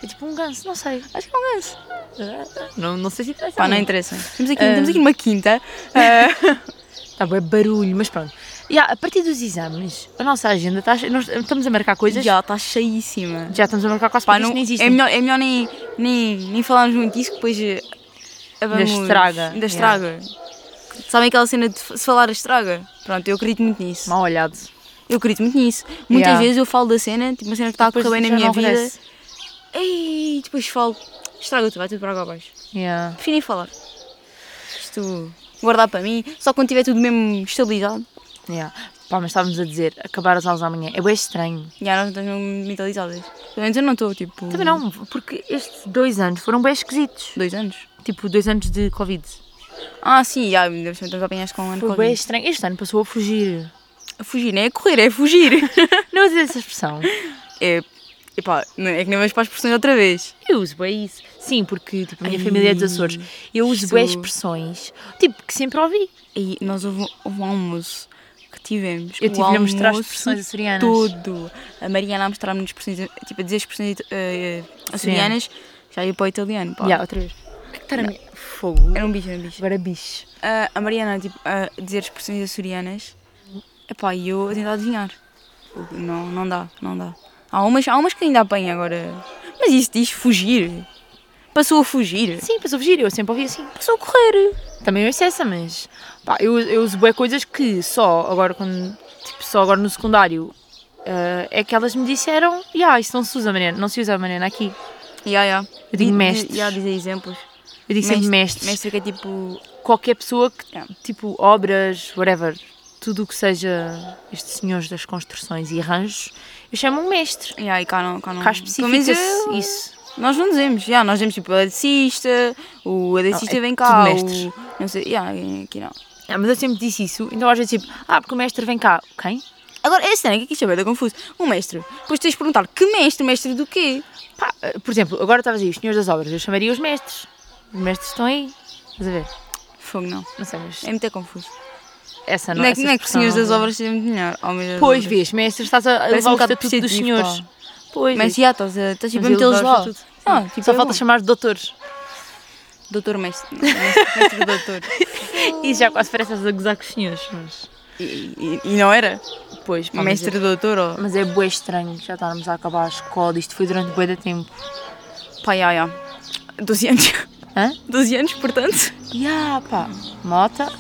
[SPEAKER 2] é tipo um ganso, não sei.
[SPEAKER 1] Acho que é um ganso.
[SPEAKER 2] Não, não sei se interessa.
[SPEAKER 1] Pá, não interessa. Estamos aqui, estamos aqui numa quinta.
[SPEAKER 2] Tá bom, é barulho, mas pronto. Já, a partir dos exames, a nossa agenda está. Nós estamos a marcar coisas.
[SPEAKER 1] Já, está cheíssima.
[SPEAKER 2] Já estamos a marcar quase
[SPEAKER 1] Pá,
[SPEAKER 2] porque
[SPEAKER 1] não,
[SPEAKER 2] isto nem existe.
[SPEAKER 1] é melhor, é melhor nem, nem, nem falarmos muito disso, que depois. eh, vamos-
[SPEAKER 2] estraga,
[SPEAKER 1] Ainda
[SPEAKER 2] já.
[SPEAKER 1] estraga. Sabem aquela cena de f- se falar estraga? Pronto, eu acredito muito nisso.
[SPEAKER 2] Mal olhado.
[SPEAKER 1] Eu acredito muito nisso. Muitas
[SPEAKER 2] Yeah.
[SPEAKER 1] vezes eu falo da cena, tipo uma cena que está a
[SPEAKER 2] Depois
[SPEAKER 1] correr bem
[SPEAKER 2] já
[SPEAKER 1] na minha
[SPEAKER 2] não
[SPEAKER 1] vida.
[SPEAKER 2] acontece.
[SPEAKER 1] Ei, depois falo. Estraga tudo, vai tudo para água abaixo.
[SPEAKER 2] Já.
[SPEAKER 1] Prefiro nem falar. Isto guardar para mim, só quando tiver tudo mesmo estabilizado.
[SPEAKER 2] já. Pá, mas estávamos a dizer, acabar as aulas amanhã. É bem estranho.
[SPEAKER 1] Já nós não estamos mesmo mentalizadas. Pelo menos eu não estou, tipo.
[SPEAKER 2] Também não, porque estes dois anos foram bem esquisitos.
[SPEAKER 1] Dois anos.
[SPEAKER 2] Tipo, dois anos de Covid.
[SPEAKER 1] Ah, sim, já, ainda por cima estamos apanhados com um ano
[SPEAKER 2] Foi
[SPEAKER 1] Covid.
[SPEAKER 2] bem estranho. Este ano passou a fugir.
[SPEAKER 1] A fugir, não é correr, é fugir.
[SPEAKER 2] Não usa essa expressão.
[SPEAKER 1] é. Epá, não- é que nem vais para as expressões outra vez.
[SPEAKER 2] Eu uso bem isso. Sim, porque tipo, a minha família é dos Açores. Eu uso
[SPEAKER 1] isso-
[SPEAKER 2] bem expressões, tipo, que sempre ouvi.
[SPEAKER 1] E nós houve um almoço que tivemos.
[SPEAKER 2] Eu
[SPEAKER 1] o
[SPEAKER 2] tive a mostrar as
[SPEAKER 1] almoço
[SPEAKER 2] expressões açorianas.
[SPEAKER 1] Tudo. A Mariana a mostrar-me expressões, tipo, a dizer expressões eh, açorianas, já ia para o italiano. Pá.
[SPEAKER 2] Já, outra vez. Era tá Fogo.
[SPEAKER 1] Era um bicho, era um bicho.
[SPEAKER 2] Agora bicho.
[SPEAKER 1] A, a Mariana, tipo, a dizer expressões açorianas, epá, e eu a tentar adivinhar. Não, não dá, não dá. Há umas, há umas que ainda apanha agora. Mas isso diz fugir. Passou a fugir.
[SPEAKER 2] Sim, passou fugir, eu sempre ouvi assim.
[SPEAKER 1] Passou a correr.
[SPEAKER 2] Também eu sei essa, mas pá, eu, eu uso boas coisas que só agora quando, tipo, só agora no secundário ah, é que elas me disseram, "Ya, isso não se usa, Mariana, não se usa, Mariana, aqui.
[SPEAKER 1] Ya, ya.
[SPEAKER 2] Eu digo
[SPEAKER 1] Di- di-
[SPEAKER 2] mestres.
[SPEAKER 1] Ya, diz aí exemplos.
[SPEAKER 2] Eu digo sempre mestres.
[SPEAKER 1] Mestre que é tipo.
[SPEAKER 2] Qualquer pessoa que,
[SPEAKER 1] Ya.
[SPEAKER 2] tipo, obras, whatever, tudo o que seja estes senhores das construções e arranjos, eu chamo um mestre.
[SPEAKER 1] Ya, e cá não. Cá, não.
[SPEAKER 2] Cá
[SPEAKER 1] Hum, Pelo menos
[SPEAKER 2] especifica-se
[SPEAKER 1] eu-
[SPEAKER 2] isso.
[SPEAKER 1] Nós não dizemos, já, nós dizemos tipo o eletricista, o eletricista
[SPEAKER 2] Não, é
[SPEAKER 1] vem
[SPEAKER 2] tudo
[SPEAKER 1] cá,
[SPEAKER 2] mestres.
[SPEAKER 1] o, não sei, já, aqui não.
[SPEAKER 2] Ah, mas eu sempre disse isso, então às vezes tipo, ah, porque o mestre vem cá. Quem?
[SPEAKER 1] Agora, é estranho, que aqui isto é bué da confuso. Um mestre, depois tens de perguntar, que mestre, mestre do quê?
[SPEAKER 2] Pá, eh, por exemplo, agora estavas aí, os senhores das obras, eu chamaria os mestres. Os mestres estão aí. Estás a ver?
[SPEAKER 1] Fogo não,
[SPEAKER 2] Não sei, mas
[SPEAKER 1] é muito é confuso.
[SPEAKER 2] essa Ah, não,
[SPEAKER 1] Não é,
[SPEAKER 2] essa
[SPEAKER 1] que- não é que os senhores das
[SPEAKER 2] expressão-
[SPEAKER 1] obras sejam muito melhor, ao menos das
[SPEAKER 2] Pois,
[SPEAKER 1] obras.
[SPEAKER 2] vês, mestres, estás a a
[SPEAKER 1] Parece
[SPEAKER 2] levar
[SPEAKER 1] um
[SPEAKER 2] o
[SPEAKER 1] bocado
[SPEAKER 2] estatuto dos
[SPEAKER 1] positivo,
[SPEAKER 2] senhores.
[SPEAKER 1] pá.
[SPEAKER 2] Pois.
[SPEAKER 1] Mas
[SPEAKER 2] vês.
[SPEAKER 1] já, estás a estás, tipo, a
[SPEAKER 2] Mas ele
[SPEAKER 1] metê-los
[SPEAKER 2] dá o
[SPEAKER 1] lá.
[SPEAKER 2] estatuto.
[SPEAKER 1] Ah, tipo,
[SPEAKER 2] Só
[SPEAKER 1] é
[SPEAKER 2] falta
[SPEAKER 1] bom.
[SPEAKER 2] chamar de doutores.
[SPEAKER 1] Doutor mestre, Não, mestre, mestre do doutor.
[SPEAKER 2] Isso já quase parece estás a gozar com os senhores, mas...
[SPEAKER 1] E, e- e não era?
[SPEAKER 2] Pois, pá, mas
[SPEAKER 1] mestre do doutor, ó.
[SPEAKER 2] é- Mas é bué estranho, já estávamos a acabar a escola, isto foi durante bué de tempo.
[SPEAKER 1] Pá, já, já. 12 anos.
[SPEAKER 2] Hã?
[SPEAKER 1] 12 anos, portanto.
[SPEAKER 2] E ah, pá, mota,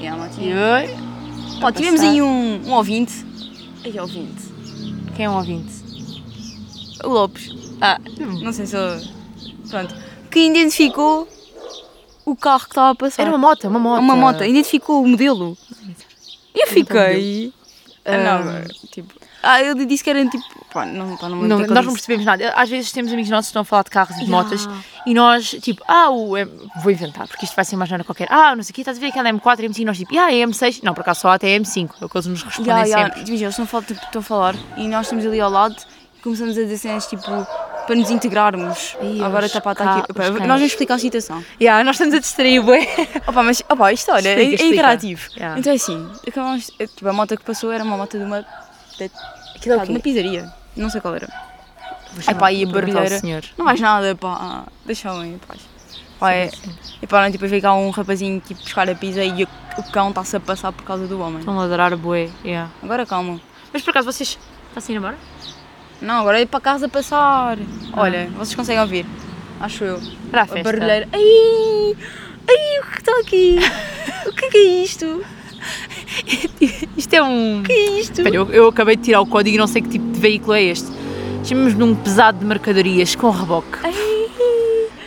[SPEAKER 1] Já,
[SPEAKER 2] e
[SPEAKER 1] Matinho.
[SPEAKER 2] oi.
[SPEAKER 1] Pá,
[SPEAKER 2] Vai
[SPEAKER 1] tivemos
[SPEAKER 2] passar.
[SPEAKER 1] aí um, um ouvinte. Aí, ouvinte.
[SPEAKER 2] Quem é um ouvinte?
[SPEAKER 1] O Lopes.
[SPEAKER 2] Ah,
[SPEAKER 1] Não sei se eu... Pronto. Que identificou o carro que estava a passar.
[SPEAKER 2] era uma mota, uma mota.
[SPEAKER 1] Uma moto. Identificou o modelo. E eu fiquei... Ah,
[SPEAKER 2] Ah.
[SPEAKER 1] não, tipo... Ah, ele disse que era tipo... Pá, não, pá, não me lembro
[SPEAKER 2] Não,
[SPEAKER 1] o que é que
[SPEAKER 2] nós
[SPEAKER 1] ele
[SPEAKER 2] não
[SPEAKER 1] disse.
[SPEAKER 2] percebemos nada. Às vezes temos amigos nossos que estão a falar de carros e
[SPEAKER 1] Ya.
[SPEAKER 2] de motas e nós, tipo, ah, o M... vou inventar, porque isto vai ser uma janela qualquer. Ah, não sei o quê, estás a ver aquela M4 e M5 e nós, tipo, ah, é M6. Não, por acaso só há até M5, é o que eles nos respondem
[SPEAKER 1] Ya, ya,
[SPEAKER 2] sempre.
[SPEAKER 1] Imagina, eles estão a falar, tipo, estão a falar e nós estamos ali ao lado e começamos a dizer cenas tipo para nos integrarmos.
[SPEAKER 2] Ih,
[SPEAKER 1] Agora
[SPEAKER 2] os
[SPEAKER 1] está para
[SPEAKER 2] ca-
[SPEAKER 1] aqui. Pá,
[SPEAKER 2] os
[SPEAKER 1] nós
[SPEAKER 2] cães.
[SPEAKER 1] vamos explicar a situação.
[SPEAKER 2] Ya, nós estamos a distrair, bué.
[SPEAKER 1] Opa, mas opa, isto olha, é-
[SPEAKER 2] Explica,
[SPEAKER 1] é,
[SPEAKER 2] explica.
[SPEAKER 1] interativo.
[SPEAKER 2] Ya.
[SPEAKER 1] Então é assim, acabamos, tipo, a moto que passou era uma moto de uma, da-
[SPEAKER 2] Aquilo é
[SPEAKER 1] pá,
[SPEAKER 2] o
[SPEAKER 1] de uma
[SPEAKER 2] quê?
[SPEAKER 1] pizzaria. Não sei qual era.
[SPEAKER 2] Vou
[SPEAKER 1] Ai, pá, e a
[SPEAKER 2] chamar- vou perguntar ao
[SPEAKER 1] barulheira.
[SPEAKER 2] senhor.
[SPEAKER 1] Não mais nada, pá. Deixa-me em paz. Pá, é, e pá, não, tipo, veio cá um rapazinho tipo, buscar a pizza e o, o cão está-se a passar por causa do homem.
[SPEAKER 2] Estão a ladrar, bué, ya.
[SPEAKER 1] Agora calma.
[SPEAKER 2] Mas por acaso vocês. Está a ir embora?
[SPEAKER 1] Não, agora é para casa passar. Olha, vocês conseguem ouvir. Acho eu.
[SPEAKER 2] Para Ah. a
[SPEAKER 1] A
[SPEAKER 2] festa.
[SPEAKER 1] barulheira. Ai! Ai, o que está aqui? O que é que é isto?
[SPEAKER 2] Isto é um.
[SPEAKER 1] O que é isto?
[SPEAKER 2] Espera, eu, eu acabei de tirar o código e não sei que tipo de veículo é este. Chamamos de um pesado de mercadorias com reboque.
[SPEAKER 1] Ai!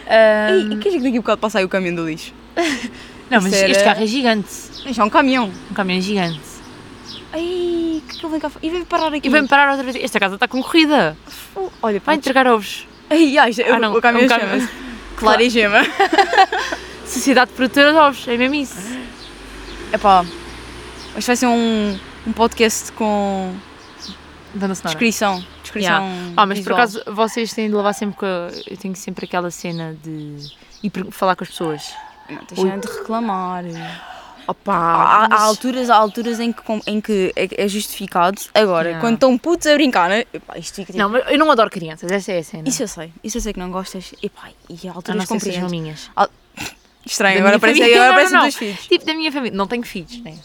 [SPEAKER 2] Ah,
[SPEAKER 1] Ai, queres que daqui a bocado passa aí o caminho do lixo?
[SPEAKER 2] não, mas
[SPEAKER 1] isso era-
[SPEAKER 2] este carro é gigante.
[SPEAKER 1] Isto é um caminhão.
[SPEAKER 2] Um caminhão gigante.
[SPEAKER 1] Ai, o que é que ele vem cá fa- E vem parar aqui.
[SPEAKER 2] E vai-me parar outra vez. Esta casa está concorrida.
[SPEAKER 1] Oh, Olha,
[SPEAKER 2] Vai
[SPEAKER 1] vai.
[SPEAKER 2] entregar ovos.
[SPEAKER 1] Ai, ai, isto é-
[SPEAKER 2] Ah, não,
[SPEAKER 1] o caminhão
[SPEAKER 2] é um caminhão.
[SPEAKER 1] chama-se. Clara e Gema.
[SPEAKER 2] Sociedade Produtora de Ovos. É mesmo isso.
[SPEAKER 1] Epá, isto vai ser um, um podcast com
[SPEAKER 2] Dona Sonora.
[SPEAKER 1] descrição. Descrição.
[SPEAKER 2] Yeah. Ah, mas por
[SPEAKER 1] visual.
[SPEAKER 2] acaso vocês têm de lavar sempre com a... Eu tenho sempre aquela cena de ir per- falar com as pessoas.
[SPEAKER 1] Não, deixa de reclamar.
[SPEAKER 2] Opa!
[SPEAKER 1] Há, há alturas, há alturas em que, com- em que é, é justificado. Agora,
[SPEAKER 2] Yeah.
[SPEAKER 1] quando estão putos a brincar, né? Epá, isto fica tipo-
[SPEAKER 2] Não, mas eu não adoro crianças, essa é a cena.
[SPEAKER 1] Isso é eu sei, isso eu sei que não gostas. Epá, e há
[SPEAKER 2] a não
[SPEAKER 1] alturas
[SPEAKER 2] ser que sejam
[SPEAKER 1] compreendo.
[SPEAKER 2] minhas.
[SPEAKER 1] Estranho,
[SPEAKER 2] Da
[SPEAKER 1] agora
[SPEAKER 2] minha
[SPEAKER 1] parece,
[SPEAKER 2] família.
[SPEAKER 1] agora
[SPEAKER 2] Não,
[SPEAKER 1] parecem
[SPEAKER 2] não,
[SPEAKER 1] dois
[SPEAKER 2] não.
[SPEAKER 1] filhos.
[SPEAKER 2] Tipo, da minha família. Não tenho filhos, né?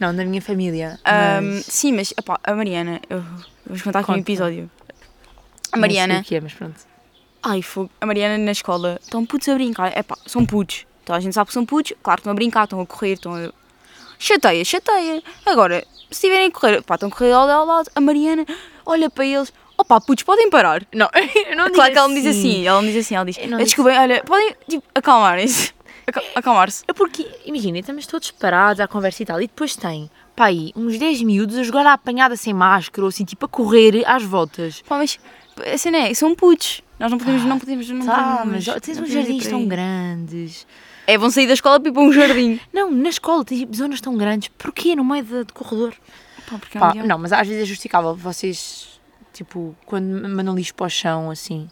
[SPEAKER 2] Não, da minha família.
[SPEAKER 1] Ahm,
[SPEAKER 2] mas
[SPEAKER 1] Sim, mas epá, a Mariana, eu vou contar aqui um
[SPEAKER 2] Conta.
[SPEAKER 1] episódio. A
[SPEAKER 2] não
[SPEAKER 1] Mariana.
[SPEAKER 2] sei o que é, mas pronto.
[SPEAKER 1] Ai, fogo. A Mariana na escola. Estão putos a brincar. É pá, são putos. Então a gente sabe que são putos. Claro que estão a brincar, estão a correr, estão a. Chateia, chateia. Agora, se estiverem a correr, pá, estão a correr ao lado, ao lado. A Mariana olha para eles. Opá, putos, podem parar.
[SPEAKER 2] Não, eu não
[SPEAKER 1] Claro
[SPEAKER 2] digo
[SPEAKER 1] que ela me diz assim, ela me diz assim, ela diz.
[SPEAKER 2] Eu não
[SPEAKER 1] Desculpem, olha, podem tipo, acalmarem-se. Aca- Acalmar-se.
[SPEAKER 2] É porque, imagina, estamos todos parados à conversa e tal, e depois tem, pá, aí, uns 10 miúdos a jogar à apanhada sem máscara, ou assim, tipo, a correr às voltas.
[SPEAKER 1] Pá, mas a cena é, são putos. Nós não podemos, não podemos, não
[SPEAKER 2] Tá,
[SPEAKER 1] podemos.
[SPEAKER 2] mas ó, tens
[SPEAKER 1] não podemos
[SPEAKER 2] uns
[SPEAKER 1] ir
[SPEAKER 2] jardins
[SPEAKER 1] por
[SPEAKER 2] tão
[SPEAKER 1] aí.
[SPEAKER 2] grandes.
[SPEAKER 1] É, vão sair da escola para ir para um jardim.
[SPEAKER 2] Não, na escola tens tipo, zonas tão grandes. Porquê no meio de, de corredor?
[SPEAKER 1] Pá, porque é
[SPEAKER 2] Pá,
[SPEAKER 1] melhor.
[SPEAKER 2] não, mas às vezes é justificável. Vocês, tipo, quando mandam lixo para o chão, assim.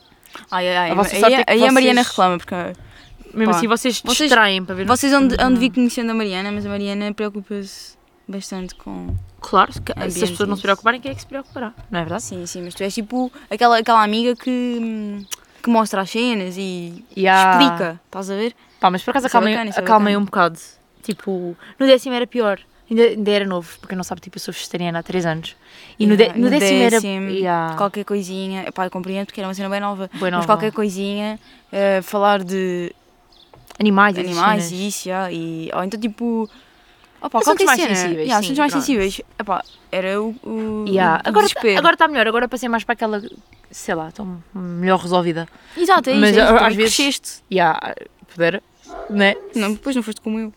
[SPEAKER 1] Ai, ai, ai.
[SPEAKER 2] A vossa
[SPEAKER 1] aí
[SPEAKER 2] sorte é que
[SPEAKER 1] aí a Mariana
[SPEAKER 2] vocês-
[SPEAKER 1] reclama, porque.
[SPEAKER 2] Mesmo
[SPEAKER 1] Pá.
[SPEAKER 2] assim, vocês,
[SPEAKER 1] Vocês-
[SPEAKER 2] distraem para ver. um-
[SPEAKER 1] Vocês onde, onde vi conhecendo a Mariana, mas a Mariana preocupa-se bastante com.
[SPEAKER 2] Claro, se, ca- se
[SPEAKER 1] Ambiente,
[SPEAKER 2] as pessoas não se
[SPEAKER 1] isso.
[SPEAKER 2] preocuparem, quem é que se preocupará? Não é verdade?
[SPEAKER 1] Ah, Sim, sim, mas tu és tipo aquela, aquela amiga que, hum, que mostra as cenas e
[SPEAKER 2] Ya.
[SPEAKER 1] explica, estás a ver?
[SPEAKER 2] Pá, mas por acaso
[SPEAKER 1] Isso é
[SPEAKER 2] acalmei,
[SPEAKER 1] bacana, isso é
[SPEAKER 2] acalmei
[SPEAKER 1] bacana.
[SPEAKER 2] um bocado. Tipo, no décimo era pior. Ainda, ainda era novo, porque não sabe, tipo, eu sou vegetariana há 3 anos. E no,
[SPEAKER 1] Ya,
[SPEAKER 2] dé- no décimo,
[SPEAKER 1] décimo,
[SPEAKER 2] era. Ya.
[SPEAKER 1] Qualquer coisinha, epá, eu compreendo porque era uma cena Ah. bem nova,
[SPEAKER 2] Bem
[SPEAKER 1] mas
[SPEAKER 2] nova.
[SPEAKER 1] qualquer coisinha, eh, falar de
[SPEAKER 2] Animais, essas
[SPEAKER 1] animais
[SPEAKER 2] cenas.
[SPEAKER 1] e isso, ya, e, ou então tipo. Opa, qualquer
[SPEAKER 2] Assuntos mais
[SPEAKER 1] cena.
[SPEAKER 2] sensíveis,
[SPEAKER 1] Ya,
[SPEAKER 2] sim,
[SPEAKER 1] assuntos mais
[SPEAKER 2] pronto.
[SPEAKER 1] sensíveis. Epá, era o, o,
[SPEAKER 2] Ya.
[SPEAKER 1] o
[SPEAKER 2] Agora
[SPEAKER 1] um desespero.
[SPEAKER 2] está melhor, agora passei mais para aquela, sei lá, tão melhor resolvida.
[SPEAKER 1] Exato, é isso.
[SPEAKER 2] Mas,
[SPEAKER 1] é isso,
[SPEAKER 2] às
[SPEAKER 1] também
[SPEAKER 2] vezes-
[SPEAKER 1] cresceste.
[SPEAKER 2] E há, pudera, né?
[SPEAKER 1] Não, depois não foste como eu.